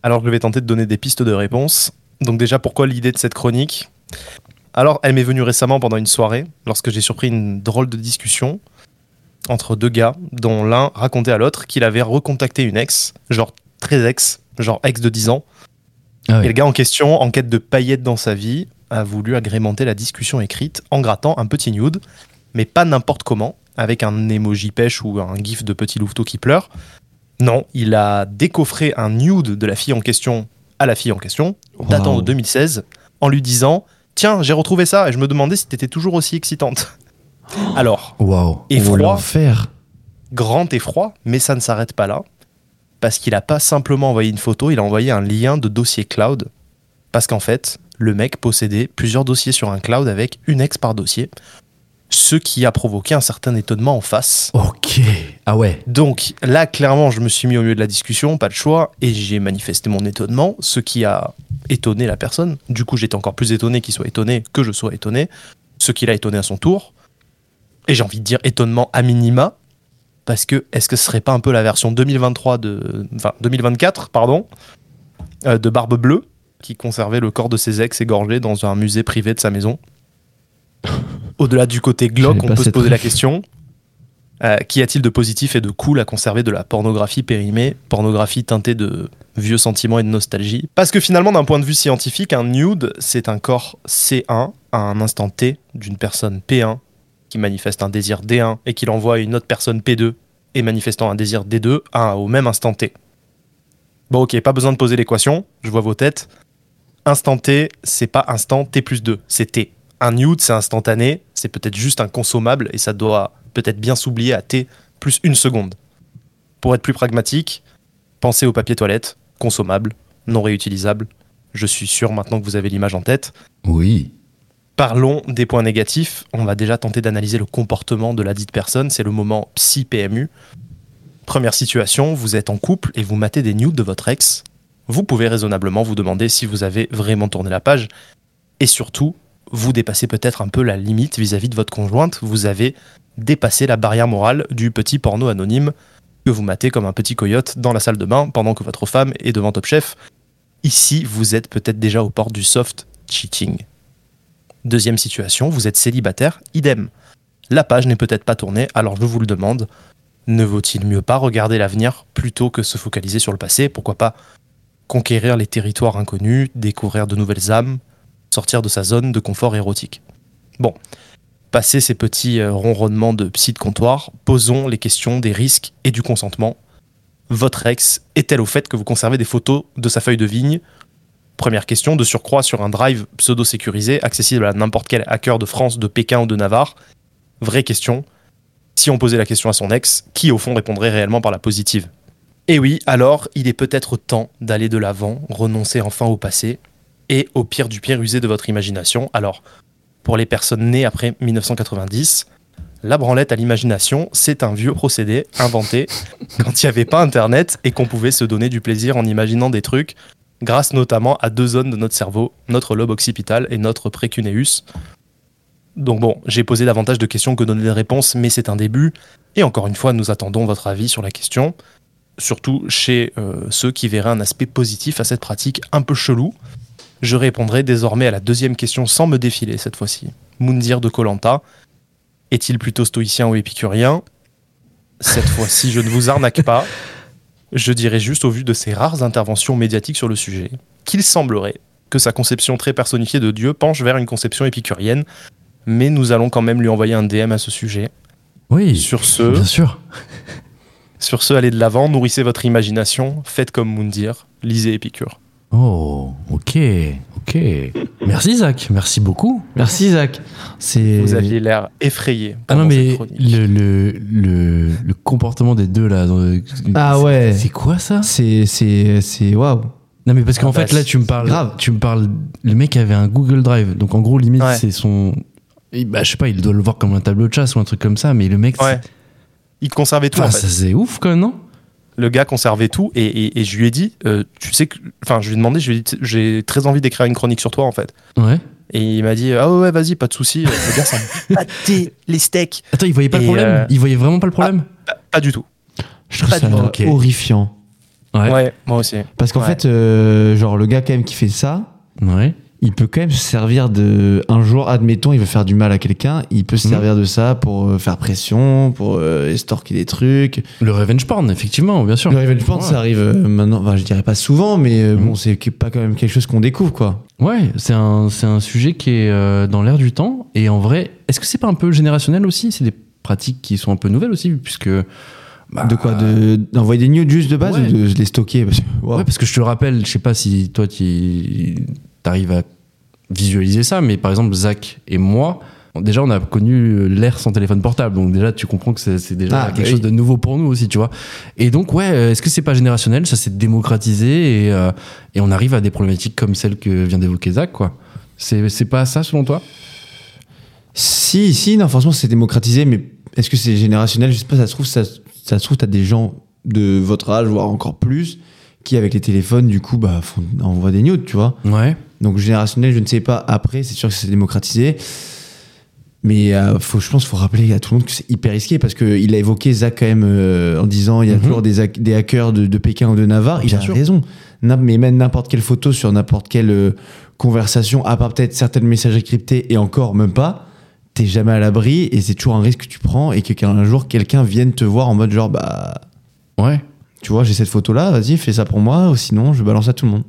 E: Alors je vais tenter de donner des pistes de réponse. Donc déjà, pourquoi l'idée de cette chronique Alors, elle m'est venue récemment pendant une soirée, lorsque j'ai surpris une drôle de discussion entre deux gars, dont l'un racontait à l'autre qu'il avait recontacté une ex, genre très ex, genre ex de 10 ans.
C: Ah
E: Et
C: ouais.
E: le gars en question, en quête de paillettes dans sa vie, a voulu agrémenter la discussion écrite en grattant un petit nude, mais pas n'importe comment, avec un emoji pêche ou un gif de petit louveteau qui pleure. Non, il a décoffré un nude de la fille en question à la fille en question, datant
D: Waouh.
E: de 2016, en lui disant Tiens, j'ai retrouvé ça et je me demandais si t'étais toujours aussi excitante. Alors,
C: Waouh.
E: et
D: Oh,
E: froid,
D: L'enfer.
E: grand effroi, mais ça ne s'arrête pas là. Parce qu'il n'a pas simplement envoyé une photo, il a envoyé un lien de dossier cloud. Parce qu'en fait, le mec possédait plusieurs dossiers sur un cloud avec une ex par dossier. Ce qui a provoqué un certain étonnement en face.
C: Ok. Ah ouais.
E: Donc là, clairement, je me suis mis au milieu de la discussion, pas de choix, et j'ai manifesté mon étonnement, ce qui a étonné la personne. Du coup, j'étais encore plus étonné qu'il soit étonné que je sois étonné, ce qui l'a étonné à son tour. Et j'ai envie de dire étonnement à minima, parce que est-ce que ce serait pas un peu la version 2023 de, enfin 2024, pardon, euh, de Barbe Bleue, qui conservait le corps de ses ex égorgés dans un musée privé de sa maison. Au-delà du côté glauque,
D: J'avais pas
E: on peut se
D: cette
E: poser la
D: ref.
E: question euh, qu'y a-t-il de positif et de cool à conserver de la pornographie périmée, pornographie teintée de vieux sentiments et de nostalgie Parce que finalement, d'un point de vue scientifique, un nude, c'est un corps C1 à un instant T d'une personne P1 qui manifeste un désir D1 et qui l'envoie à une autre personne P2 et manifestant un désir D2 à un- au même instant T. Bon, ok, pas besoin de poser l'équation, je vois vos têtes. Instant T, c'est pas instant T plus 2, c'est T. Un nude, c'est instantané, c'est peut-être juste un consommable et ça doit peut-être bien s'oublier à T plus une seconde. Pour être plus pragmatique, pensez au papier toilette, consommable, non réutilisable. Je suis sûr maintenant que vous avez l'image en tête.
C: Oui.
E: Parlons des points négatifs. On va déjà tenter d'analyser le comportement de la dite personne. C'est le moment psy-PMU. Première situation, vous êtes en couple et vous matez des nudes de votre ex. Vous pouvez raisonnablement vous demander si vous avez vraiment tourné la page. Et surtout, vous dépassez peut-être un peu la limite vis-à-vis de votre conjointe. Vous avez dépassé la barrière morale du petit porno anonyme que vous matez comme un petit coyote dans la salle de bain pendant que votre femme est devant Top Chef. Ici, vous êtes peut-être déjà aux portes du soft cheating. Deuxième situation, vous êtes célibataire, idem. La page n'est peut-être pas tournée, alors je vous le demande, ne vaut-il mieux pas regarder l'avenir plutôt que se focaliser sur le passé Pourquoi pas conquérir les territoires inconnus, découvrir de nouvelles âmes, sortir de sa zone de confort érotique Bon, passer ces petits euh, ronronnements de psy de comptoir, posons les questions des risques et du consentement. Votre ex est-elle au fait que vous conservez des photos de sa feuille de vigne Première question, de surcroît sur un drive pseudo-sécurisé, accessible à n'importe quel hacker de France, de Pékin ou de Navarre. Vraie question. Si on posait la question à son ex, qui au fond répondrait réellement par la positive Eh oui, alors il est peut-être temps d'aller de l'avant, renoncer enfin au passé, et au pire du pire user de votre imagination. Alors, pour les personnes nées après 1990, la branlette à l'imagination, c'est un vieux procédé inventé quand il n'y avait pas Internet et qu'on pouvait se donner du plaisir en imaginant des trucs grâce notamment à deux zones de notre cerveau, notre lobe occipital et notre précuneus. Donc bon, j'ai posé davantage de questions que donné des réponses, mais c'est un début. Et encore une fois, nous attendons votre avis sur la question, surtout chez euh, ceux qui verraient un aspect positif à cette pratique un peu chelou. Je répondrai désormais à la deuxième question sans me défiler cette fois-ci. Moundir de Colanta est-il plutôt stoïcien ou épicurien Cette fois-ci, je ne vous arnaque pas. Je dirais juste au vu de ses rares interventions médiatiques sur le sujet, qu'il semblerait que sa conception très personnifiée de Dieu penche vers une conception épicurienne, mais nous allons quand même lui envoyer un DM à ce sujet.
C: Oui,
E: Sur ce,
C: bien sûr.
E: sur ce allez de l'avant, nourrissez votre imagination, faites comme Moundir, lisez Épicure.
C: Oh, ok, ok. Merci Zach, merci beaucoup.
D: Merci Isaac. C'est.
E: Vous aviez l'air effrayé.
C: Ah non
E: pendant cette
C: mais
E: chronique.
C: le, le, le, le comportement des deux là. dans le-
D: Ah
C: c'est-
D: ouais.
C: C'est quoi ça
D: C'est c'est c'est waouh.
C: Non mais parce qu'en
E: Ah bah,
C: fait là
E: c'est-
C: tu me parles,
D: c'est grave.
C: tu me parles. Le mec avait un Google Drive, donc en gros limite
E: Ouais.
C: c'est son. et bah, je sais pas, il doit le voir comme un tableau de chasse ou un truc comme ça, mais le mec, c'est-
E: Ouais. Il conservait tout
C: Enfin,
E: en fait.
C: ça c'est ouf quand même, non
E: le gars conservait tout et, et- et je lui ai dit, euh, tu sais que, enfin, je lui ai demandé, je lui ai dit, j'ai très envie d'écrire une chronique sur toi en fait.
C: Ouais.
E: Et il m'a dit, ah ouais, vas-y, pas de souci. Le gars, ça me battait les steaks.
C: Attends, il voyait pas le
E: Et,
C: problème
E: euh,
C: Il voyait vraiment pas le problème
E: Pas du tout.
D: Je trouve
E: Pas
D: ça
E: du-
C: Ok.
D: horrifiant.
E: Ouais, moi aussi.
D: Parce qu'en
E: Ouais.
D: fait, euh, genre le gars quand même qui fait ça,
E: ah.
C: Ouais.
D: il peut quand même se servir de un jour admettons il veut faire du mal à quelqu'un il peut se
C: Mhm.
D: servir de ça pour euh, faire pression pour euh, estorquer des trucs
C: Le revenge porn, effectivement, bien sûr.
D: le revenge porn
C: Ouais.
D: ça arrive euh, maintenant enfin je dirais pas souvent mais euh,
C: Mhm.
D: bon c'est que- pas quand même quelque chose qu'on découvre quoi
C: Ouais, c'est un, c'est un sujet qui est euh, dans l'air du temps. Et en vrai, est-ce que c'est pas un peu générationnel aussi C'est des pratiques qui sont un peu nouvelles aussi, puisque. bah,
D: de quoi de d'envoyer des nudes juste de base
C: ouais.
D: ou de les stocker parce que, wow.
C: Ouais, parce que je te rappelle, je sais pas si toi tu arrives à visualiser ça, mais par exemple, Zach et moi. on- Déjà, on a connu l'ère sans téléphone portable, donc déjà, tu comprends que c'est c'est déjà
D: Ah,
C: quelque
D: oui.
C: chose de nouveau pour nous aussi, tu vois. Et donc, ouais, euh, est-ce que c'est pas générationnel Ça s'est démocratisé et, euh, et on arrive à des problématiques comme celle que vient d'évoquer Zach, quoi. C'est c'est pas ça selon toi
D: si si non franchement c'est démocratisé mais est-ce que c'est générationnel je sais pas ça se trouve ça, ça se trouve t'as des gens de votre âge voire encore plus qui avec les téléphones du coup bah font, envoient des nudes tu vois
C: Ouais.
D: Donc générationnel, je ne sais pas. Après, c'est sûr que c'est démocratisé. Mais euh, faut, je pense qu'il faut rappeler à tout le monde que c'est hyper risqué parce qu'il a évoqué Zach quand même euh, en disant il y a
C: Mhm.
D: toujours des, hack- des hackers de, de Pékin ou de Navarre. Il
C: Bien
D: a
C: sûr.
D: raison. N'a- Mais même n'importe quelle photo sur n'importe quelle euh, conversation, à part peut-être certaines messages cryptés et encore même pas, t'es jamais à l'abri et c'est toujours un risque que tu prends et que qu'un jour quelqu'un vienne te voir en mode genre bah
C: Ouais.
D: tu vois j'ai cette photo là, vas-y fais ça pour moi ou sinon je balance à tout le monde.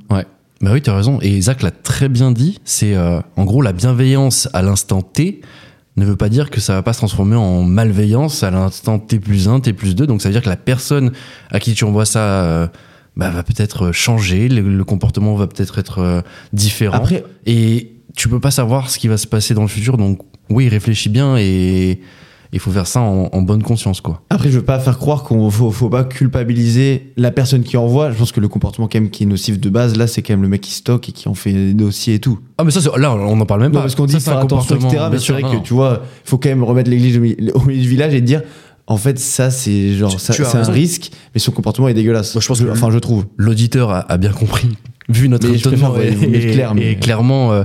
C: Bah oui, t'as raison. Et Zach l'a très bien dit. C'est euh, en gros la bienveillance à l'instant T ne veut pas dire que ça va pas se transformer en malveillance à l'instant T plus 1, T plus 2. Donc ça veut dire que la personne à qui tu envoies ça euh, bah, va peut-être changer, le, le comportement va peut-être être euh, différent.
D: Après
C: Et tu peux pas savoir ce qui va se passer dans le futur. Donc oui, réfléchis bien et il faut faire ça en, en bonne conscience, quoi.
D: Après, je veux pas faire croire qu'on faut, faut pas culpabiliser la personne qui envoie. Je pense que le comportement quand même qui est nocif de base, là, c'est quand même le mec qui stocke et qui en fait des dossiers et tout.
C: Ah mais ça, c'est- là on en parle même
D: Non,
C: pas.
D: parce qu'on dit
C: Ça, c'est
D: faire
C: un
D: attention,
C: comportement,
D: etc. Mais
C: bien
D: c'est
C: sûr,
D: vrai
C: non, non.
D: que tu vois, faut quand même remettre l'église au milieu au milieu du village et dire, en fait, ça, c'est genre, ça-
C: tu as
D: c'est un
C: raison.
D: risque, mais son comportement est dégueulasse.
C: Moi, je pense que-
D: enfin, je trouve.
C: l'auditeur a, a bien compris, vu notre
D: Mais je
C: étonnement
D: préfère, ouais,
C: et,
D: vous mettre
C: et-
D: clair, mais-
C: et clairement euh,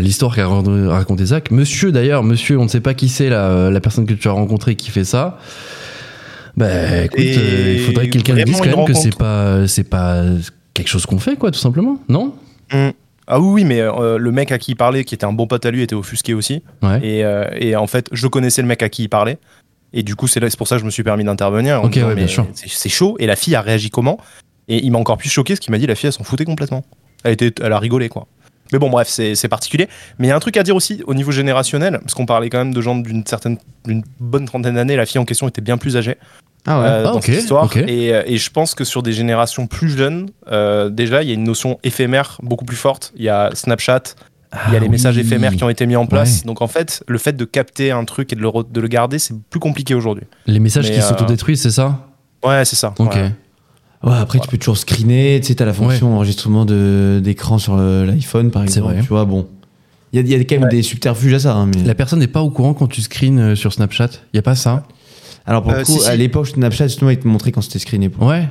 C: l'histoire qu'a ra- raconté Zach. Monsieur d'ailleurs, monsieur, on ne sait pas qui c'est la, euh, la personne que tu as rencontrée qui fait ça. Bah écoute,
E: Et
C: euh, il faudrait que quelqu'un nous dise
E: vraiment
C: quand même que
E: une
C: c'est
E: rencontre.
C: pas, c'est pas quelque chose qu'on fait quoi, tout simplement, non
E: Mm. Ah oui, oui, mais euh, le mec à qui il parlait, qui était un bon pote à lui, était offusqué aussi.
C: Ouais.
E: Et, euh, et en fait, je connaissais le mec à qui il parlait. Et du coup, c'est là- c'est pour ça que je me suis permis d'intervenir.
C: Ok,
E: en me disant,
C: ouais, bien
E: mais
C: sûr.
E: C'est c'est chaud. Et la fille a réagi comment Et il m'a encore plus choqué, ce qu'il m'a dit, la fille, elle s'en foutait complètement. Elle, était, elle a rigolé, quoi. Mais bon, bref, c'est c'est particulier. Mais il y a un truc à dire aussi au niveau générationnel, parce qu'on parlait quand même de gens d'une certaine, d'une bonne trentaine d'années. La fille en question était bien plus âgée
D: Ah ouais.
E: euh,
C: Ah,
E: dans
C: ok,
E: cette histoire.
C: ok.
E: Et, euh, et je pense que sur des générations plus jeunes, euh, déjà, il y a une notion éphémère beaucoup plus forte. Il y a Snapchat, il y
C: Ah
E: a les messages éphémères qui ont été mis en place.
C: Ouais.
E: Donc en fait, le fait de capter un truc et de le, re- de le garder, c'est plus compliqué aujourd'hui.
C: Les messages
E: Mais,
C: qui
E: euh,
C: s'autodétruisent, c'est ça
E: Ouais, c'est ça.
C: Ok.
E: Ouais.
D: Ouais, après, tu peux toujours screener. Tu sais, t'as la fonction enregistrement de- d'écran sur le- l'iPhone, par
C: C'est
D: exemple.
C: vrai.
D: Tu vois, bon. Il y a, il y a quand même des subterfuges à ça. hein, mais...
C: La personne n'est pas au courant quand tu screens euh, sur Snapchat Il a pas ça
D: Alors, pour
E: Euh,
D: le coup,
E: si, si.
D: à l'époque, Snapchat, justement, il te montrait quand c'était screené. pour-
C: Ouais.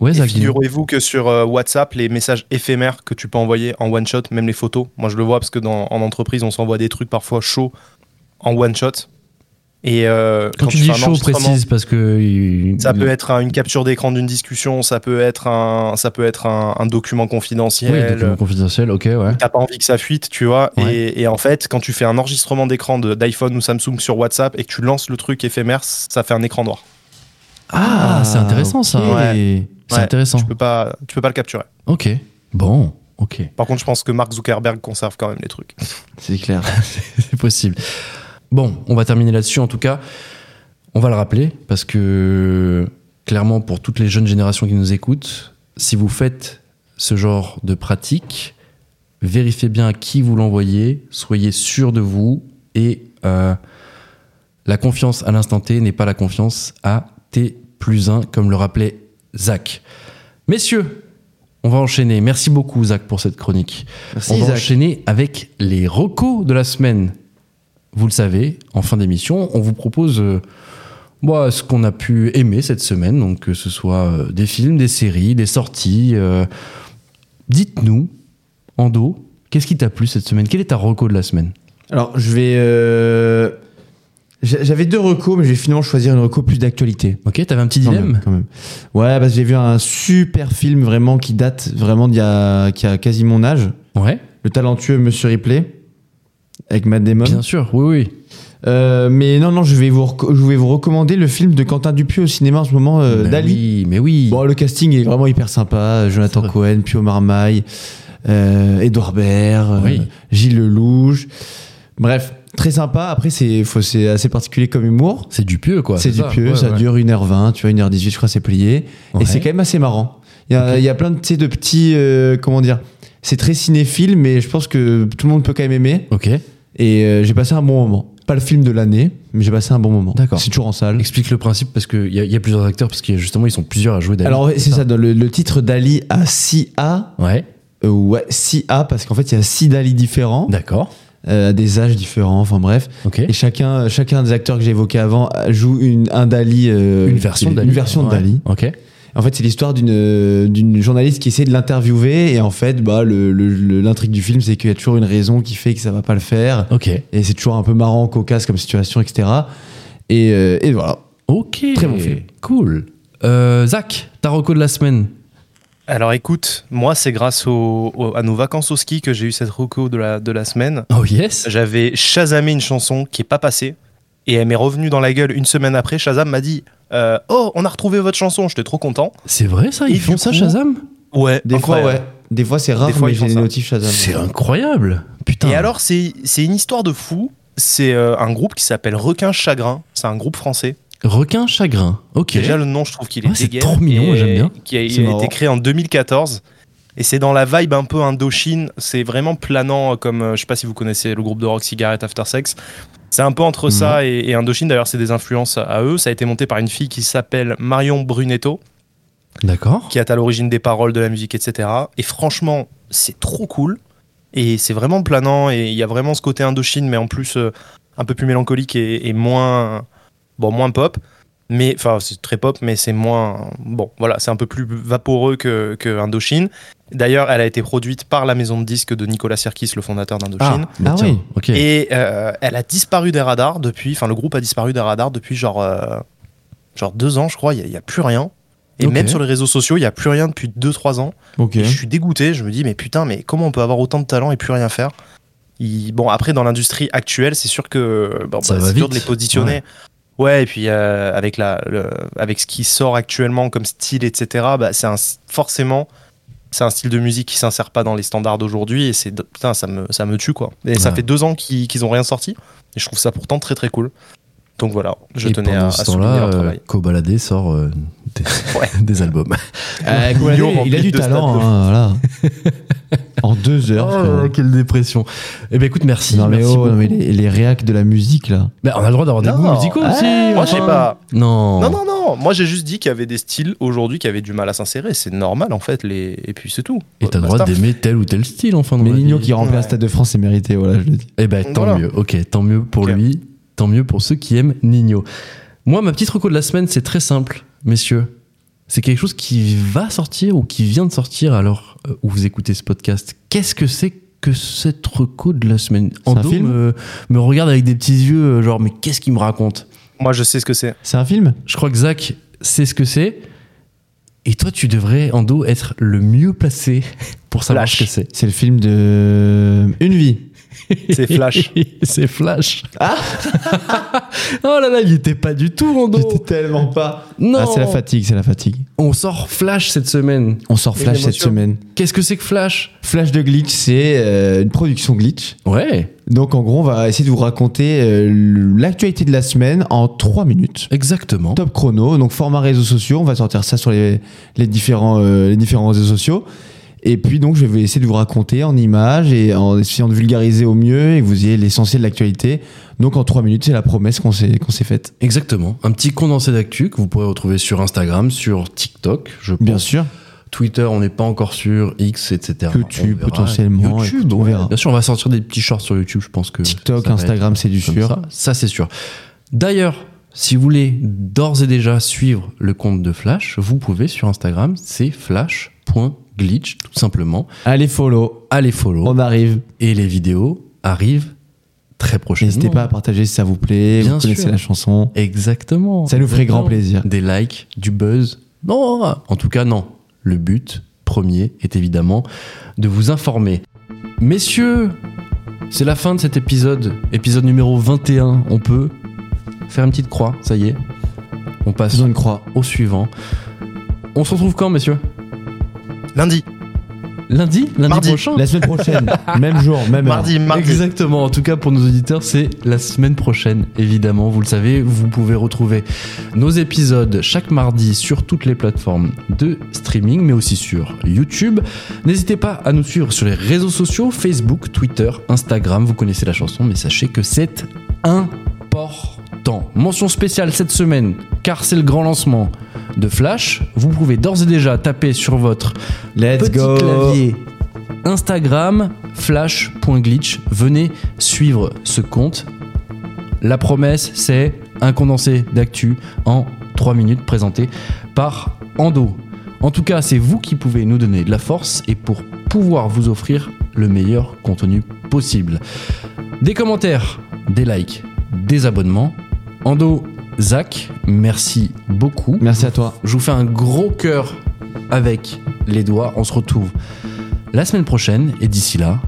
C: Ouais,
E: Et
C: ça
E: figurez-vous que sur euh, WhatsApp, les messages éphémères que tu peux envoyer en one shot, même les photos, moi je le vois parce que dans, en entreprise, on s'envoie des trucs parfois chauds en one shot. Et euh,
C: Quand, tu
E: fais
C: dis
E: un
C: chaud,
E: enregistrement-
C: précise parce que. il-
E: Ça peut être un- une capture d'écran d'une discussion, ça peut être un, ça peut être un, un document
C: Oui,
E: confidentiel.
C: document confidentiel, ok, ouais.
E: T'as pas envie que ça fuite, tu vois.
C: Ouais.
E: Et, et en fait, quand tu fais un enregistrement d'écran de- d'iPhone ou Samsung sur WhatsApp et que tu lances le truc éphémère, ça fait un écran noir.
C: Ah, c'est intéressant ça.
D: ok.
C: C'est
E: Ouais,
C: intéressant.
E: Tu peux pas, tu peux pas le capturer.
C: Ok. Bon, ok.
E: Par contre, je pense que Mark Zuckerberg conserve quand même les trucs.
D: C'est clair.
C: C'est possible. Bon, on va terminer là-dessus en tout cas. On va le rappeler parce que clairement pour toutes les jeunes générations qui nous écoutent, si vous faites ce genre de pratique, vérifiez bien à qui vous l'envoyez, soyez sûr de vous et euh, la confiance à l'instant T n'est pas la confiance à T plus 1 comme le rappelait Zach. Messieurs, on va enchaîner. Merci beaucoup Zach pour cette chronique.
D: Merci,
C: On va
D: Isaac.
C: enchaîner avec les recos de la semaine. Vous le savez, en fin d'émission, on vous propose euh, bah, ce qu'on a pu aimer cette semaine, donc que ce soit euh, des films, des séries, des sorties. euh. Dites-nous, Ando, qu'est-ce qui t'a plu cette semaine Quelle est ta reco de la semaine
D: Alors, je vais. euh, j'a- J'avais deux recos, mais je vais finalement choisir une reco plus d'actualité.
C: Ok, t'avais un petit
D: Quand même,
C: dilemme
D: quand même. Ouais, parce que j'ai vu un super film vraiment qui date vraiment d'il y a, qui a quasi mon âge.
C: Ouais,
D: Le talentueux Monsieur Ripley avec Matt Damon.
C: bien sûr, oui, oui.
D: Euh, mais non, non, je vais, vous reco- je vais vous recommander le film de Quentin Dupieux au cinéma en ce moment, euh,
C: Ben
D: Dali.
C: oui, mais oui.
D: Bon, le casting est vraiment hyper sympa. Jonathan
C: C'est
D: Cohen, Pio Marmaille, euh, Edouard Baird, euh,
C: Oui.
D: Gilles Lelouch. Bref, très sympa. Après, c'est faut- c'est assez particulier comme humour.
C: C'est du pieux, quoi.
D: c'est du
C: ça
D: pieux,
C: Ouais,
D: ça
C: ouais.
D: dure 1h20, tu vois, 1h18, je crois, c'est plié.
C: Ouais.
D: Et c'est quand même assez marrant. Il y a,
C: Ok.
D: il y a plein de, tu sais, de petits. euh, comment dire C'est très cinéphile, mais je pense que tout le monde peut quand même aimer.
C: Ok,
D: Et euh, j'ai passé un bon moment. Pas le film de l'année, mais j'ai passé un bon moment.
C: D'accord.
D: C'est toujours en salle.
C: explique le principe parce qu'il y, a- il y a plusieurs acteurs, parce que justement, ils sont plusieurs à jouer Dali.
D: Alors, ouais, c'est ça, dans le, le titre d'Ali à 6A.
C: Ouais,
D: Euh, ouais, 6A, parce qu'en fait, il y a 6 Dali différents,
C: d'accord.
D: euh, à des âges différents, enfin bref.
C: Ok.
D: Et chacun, euh, chacun des acteurs que j'ai évoqués avant euh, joue une, un Dali. euh,
C: une version
D: une
C: d'Ali.
D: version de
C: Ouais.
D: Dali.
C: Ok.
D: En fait, c'est l'histoire d'une euh, d'une journaliste qui essaie de l'interviewer, et en fait, bah, le- le- le- l'intrigue du film, c'est qu'il y a toujours une raison qui fait que ça va pas le faire.
C: Ok.
D: Et c'est toujours un peu marrant, cocasse comme situation, etc. Et, euh, et voilà.
C: Ok.
D: Très bon film.
C: Cool. Euh, Zach, ta reco de la semaine.
E: Alors écoute, moi, c'est grâce au- au- à nos vacances au ski que j'ai eu cette reco de la, de la semaine.
C: Oh yes.
E: J'avais Shazamé une chanson qui est pas passée et elle m'est revenue dans la gueule une semaine après. Shazam m'a dit euh, Oh, on a retrouvé votre chanson, j'étais trop content.
C: C'est vrai ça, ils
E: Et
C: font
E: du
C: ça
E: coup-
C: Shazam
E: Ouais,
D: Des
E: incroyable.
D: fois, ouais. Des fois, c'est rare,
E: Des fois,
D: mais
E: ils font
D: j'ai des
E: ça.
D: notifs Shazam.
C: C'est incroyable. Putain.
E: Et alors, c'est c'est une histoire de fou. C'est euh, un groupe qui s'appelle Requin Chagrin. C'est un groupe français.
C: Requin chagrin. Ok.
E: Déjà, le nom, je trouve qu'il est
C: Ouais, c'est
E: dégueu.
C: trop mignon,
E: et
C: j'aime bien.
E: Qui a, il
D: C'est
E: a
D: marrant.
E: été créé en 2014. Et c'est dans la vibe un peu Indochine. C'est vraiment planant, euh, comme euh, je sais pas si vous connaissez le groupe de rock Cigarette After Sex. C'est un peu entre ça et, et Indochine. D'ailleurs, c'est des influences à eux. Ça a été monté par une fille qui s'appelle Marion Brunetto,
C: D'accord.
E: qui est à l'origine des paroles, de la musique, etc. Et franchement, c'est trop cool. Et c'est vraiment planant. Et il y a vraiment ce côté Indochine, mais en plus euh, un peu plus mélancolique et, et moins, bon, moins pop. Mais enfin, c'est très pop, mais c'est moins. Bon, voilà, c'est un peu plus vaporeux que, que Indochine. D'ailleurs, elle a été produite par la maison de disques de Nicolas Sirkis, le fondateur d'Indochine.
D: Ah
C: Bah Tiens,
D: oui.
C: Ok.
E: Et euh, elle a disparu des radars depuis. Enfin, le groupe a disparu des radars depuis genre, euh, genre deux ans, je crois. Il n'y a, plus rien. Et
D: Ok.
E: même sur les réseaux sociaux, il n'y a plus rien depuis 2-3 ans.
D: Ok.
E: Et je suis dégoûté, je me dis, mais putain, mais comment on peut avoir autant de talent et plus rien faire Il- Bon, après, dans l'industrie actuelle, c'est sûr que bon,
C: Ça
E: bah,
C: va
E: c'est dur de
C: vite.
E: les positionner. Ouais. et puis euh, avec, la, le- avec ce qui sort actuellement comme style, etc., bah, c'est un, forcément, c'est un style de musique qui s'insère pas dans les standards d'aujourd'hui. Et c'est, putain, ça me, ça me tue, quoi. Et ça
C: Ouais.
E: fait deux ans qu'ils, qu'ils ont rien sorti. Et je trouve ça pourtant très, très cool. Donc voilà, je
C: Et
E: tenais à,
C: pendant
E: à
C: ce
E: souligner
C: temps-là,
E: leur
C: euh,
E: travail.
C: Kobalade sort euh, des, des albums.
D: Euh, Kobalade,
E: Guillaume
D: il a
E: rempli
D: du
E: deux
D: talent,
E: stades
D: hein, voilà. en deux heures. frérot.
C: Oh, quelle dépression. Eh
E: ben,
C: bien, écoute, merci.
D: non, mais,
C: merci
D: oh, non,
C: beaucoup.
D: mais les, les réacs de la musique, là.
C: Mais on a le droit d'avoir des
E: Non.
C: goûts musicaux
E: Ah,
C: aussi.
E: Moi, je sais
C: enfin.
E: pas.
C: Non.
E: Non, non, non. Moi, j'ai juste dit qu'il y avait des styles aujourd'hui qui avaient du mal à s'insérer. C'est normal, en fait. Les... Et puis, c'est tout.
C: Et t'as le droit
E: Basta.
C: d'aimer tel ou tel style, enfin. dans
D: Mais
C: la
D: Nino
C: vie.
D: qui remplit
E: Ouais.
D: un stade de France, c'est mérité, voilà, je le dis.
C: Eh ben, tant
E: Voilà.
C: mieux. Ok, tant mieux pour
E: Ok.
C: lui, tant mieux pour ceux qui aiment Nino. Moi, ma petite reco de la semaine, c'est très simple, messieurs. C'est quelque chose qui va sortir ou qui vient de sortir alors euh, où vous écoutez ce podcast. Qu'est-ce que c'est que cette reco de la semaine
D: C'est un
C: Ando
D: film
C: me, me regarde avec des petits yeux, euh, genre, mais qu'est-ce qu'il me raconte
E: Moi, je sais ce que c'est.
D: C'est un film
C: Je crois que Zach sait ce que c'est. Et toi, tu devrais, Ando, être le mieux placé pour savoir
E: Flash.
C: ce que c'est.
D: C'est le film de. Une vie.
E: C'est Flash.
C: c'est Flash.
D: Ah.
C: oh là là, il était pas du tout Rando.
D: J'étais tellement pas.
C: Non.
D: Ah, c'est la fatigue, c'est la fatigue.
C: On sort Flash cette semaine.
D: On sort
E: Et
D: Flash cette
E: l'émotion.
D: semaine.
C: Qu'est-ce que c'est que Flash
D: Flash de Glitch, c'est euh, une production Glitch.
C: Ouais,
D: Donc, en gros, on va essayer de vous raconter euh, l'actualité de la semaine en 3 minutes.
C: exactement.
D: Top chrono, donc format réseaux sociaux. On va sortir ça sur les, les différents, euh, les différents réseaux sociaux. Et puis, donc, je vais essayer de vous raconter en images et en essayant de vulgariser au mieux et que vous ayez l'essentiel de l'actualité. Donc, en 3 minutes, c'est la promesse qu'on s'est qu'on s'est faite.
C: Exactement. Un petit condensé d'actu que vous pourrez retrouver sur Instagram, sur TikTok, je pense.
D: Bien sûr.
C: Twitter, on n'est pas encore sur X, etc.
D: YouTube,
C: On verra.
D: potentiellement,
C: YouTube,
D: écoute, on
C: ouais.
D: verra.
C: Bien sûr, on va sortir des petits shorts sur YouTube, je pense que.
D: TikTok,
C: ça va
D: Instagram,
C: être
D: c'est du
C: comme
D: sûr.
C: Ça, Ça, c'est sûr. D'ailleurs, si vous voulez d'ores et déjà suivre le compte de Flash, vous pouvez sur Instagram, c'est flash.glitch, tout simplement.
D: Allez, follow.
C: Allez follow.
D: On arrive.
C: Et les vidéos arrivent très prochainement.
D: N'hésitez pas à partager si ça vous plaît.
C: Bien
D: vous connaissez
C: sûr.
D: la chanson.
C: Exactement.
D: Ça nous ferait grand plaisir.
C: Des likes, du buzz. Non, en tout cas, non. Le but premier est évidemment de vous informer. Messieurs, c'est la fin de cet épisode, épisode numéro 21. On peut faire une petite croix, ça y est. On passe
D: Faisons une croix.
C: au suivant. On se retrouve quand, messieurs
E: Lundi,
C: Ah, Lundi Lundi
E: Mardi.
C: prochain
D: La semaine prochaine, même jour, même heure.
E: mardi, mardi.
C: Exactement, en tout cas pour nos auditeurs, c'est la semaine prochaine, évidemment, vous le savez, vous pouvez retrouver nos épisodes chaque mardi sur toutes les plateformes de streaming, mais aussi sur YouTube. N'hésitez pas à nous suivre sur les réseaux sociaux, Facebook, Twitter, Instagram, vous connaissez la chanson, mais sachez que c'est important. Mention spéciale cette semaine, car c'est le grand lancement de Flash. Vous pouvez d'ores et déjà taper sur votre
D: Let's
C: petit
D: go.
C: clavier Instagram flash.glitch. Venez suivre ce compte. La promesse, c'est un condensé d'actu en 3 minutes présenté par Ando. En tout cas, c'est vous qui pouvez nous donner de la force et pour pouvoir vous offrir le meilleur contenu possible. Des commentaires, des likes, des abonnements. Ando, Zach, merci beaucoup.
D: Merci à toi.
C: Je vous fais un gros cœur avec les doigts. On se retrouve la semaine prochaine et d'ici là,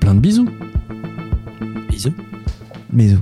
C: plein de bisous.
D: Bisous.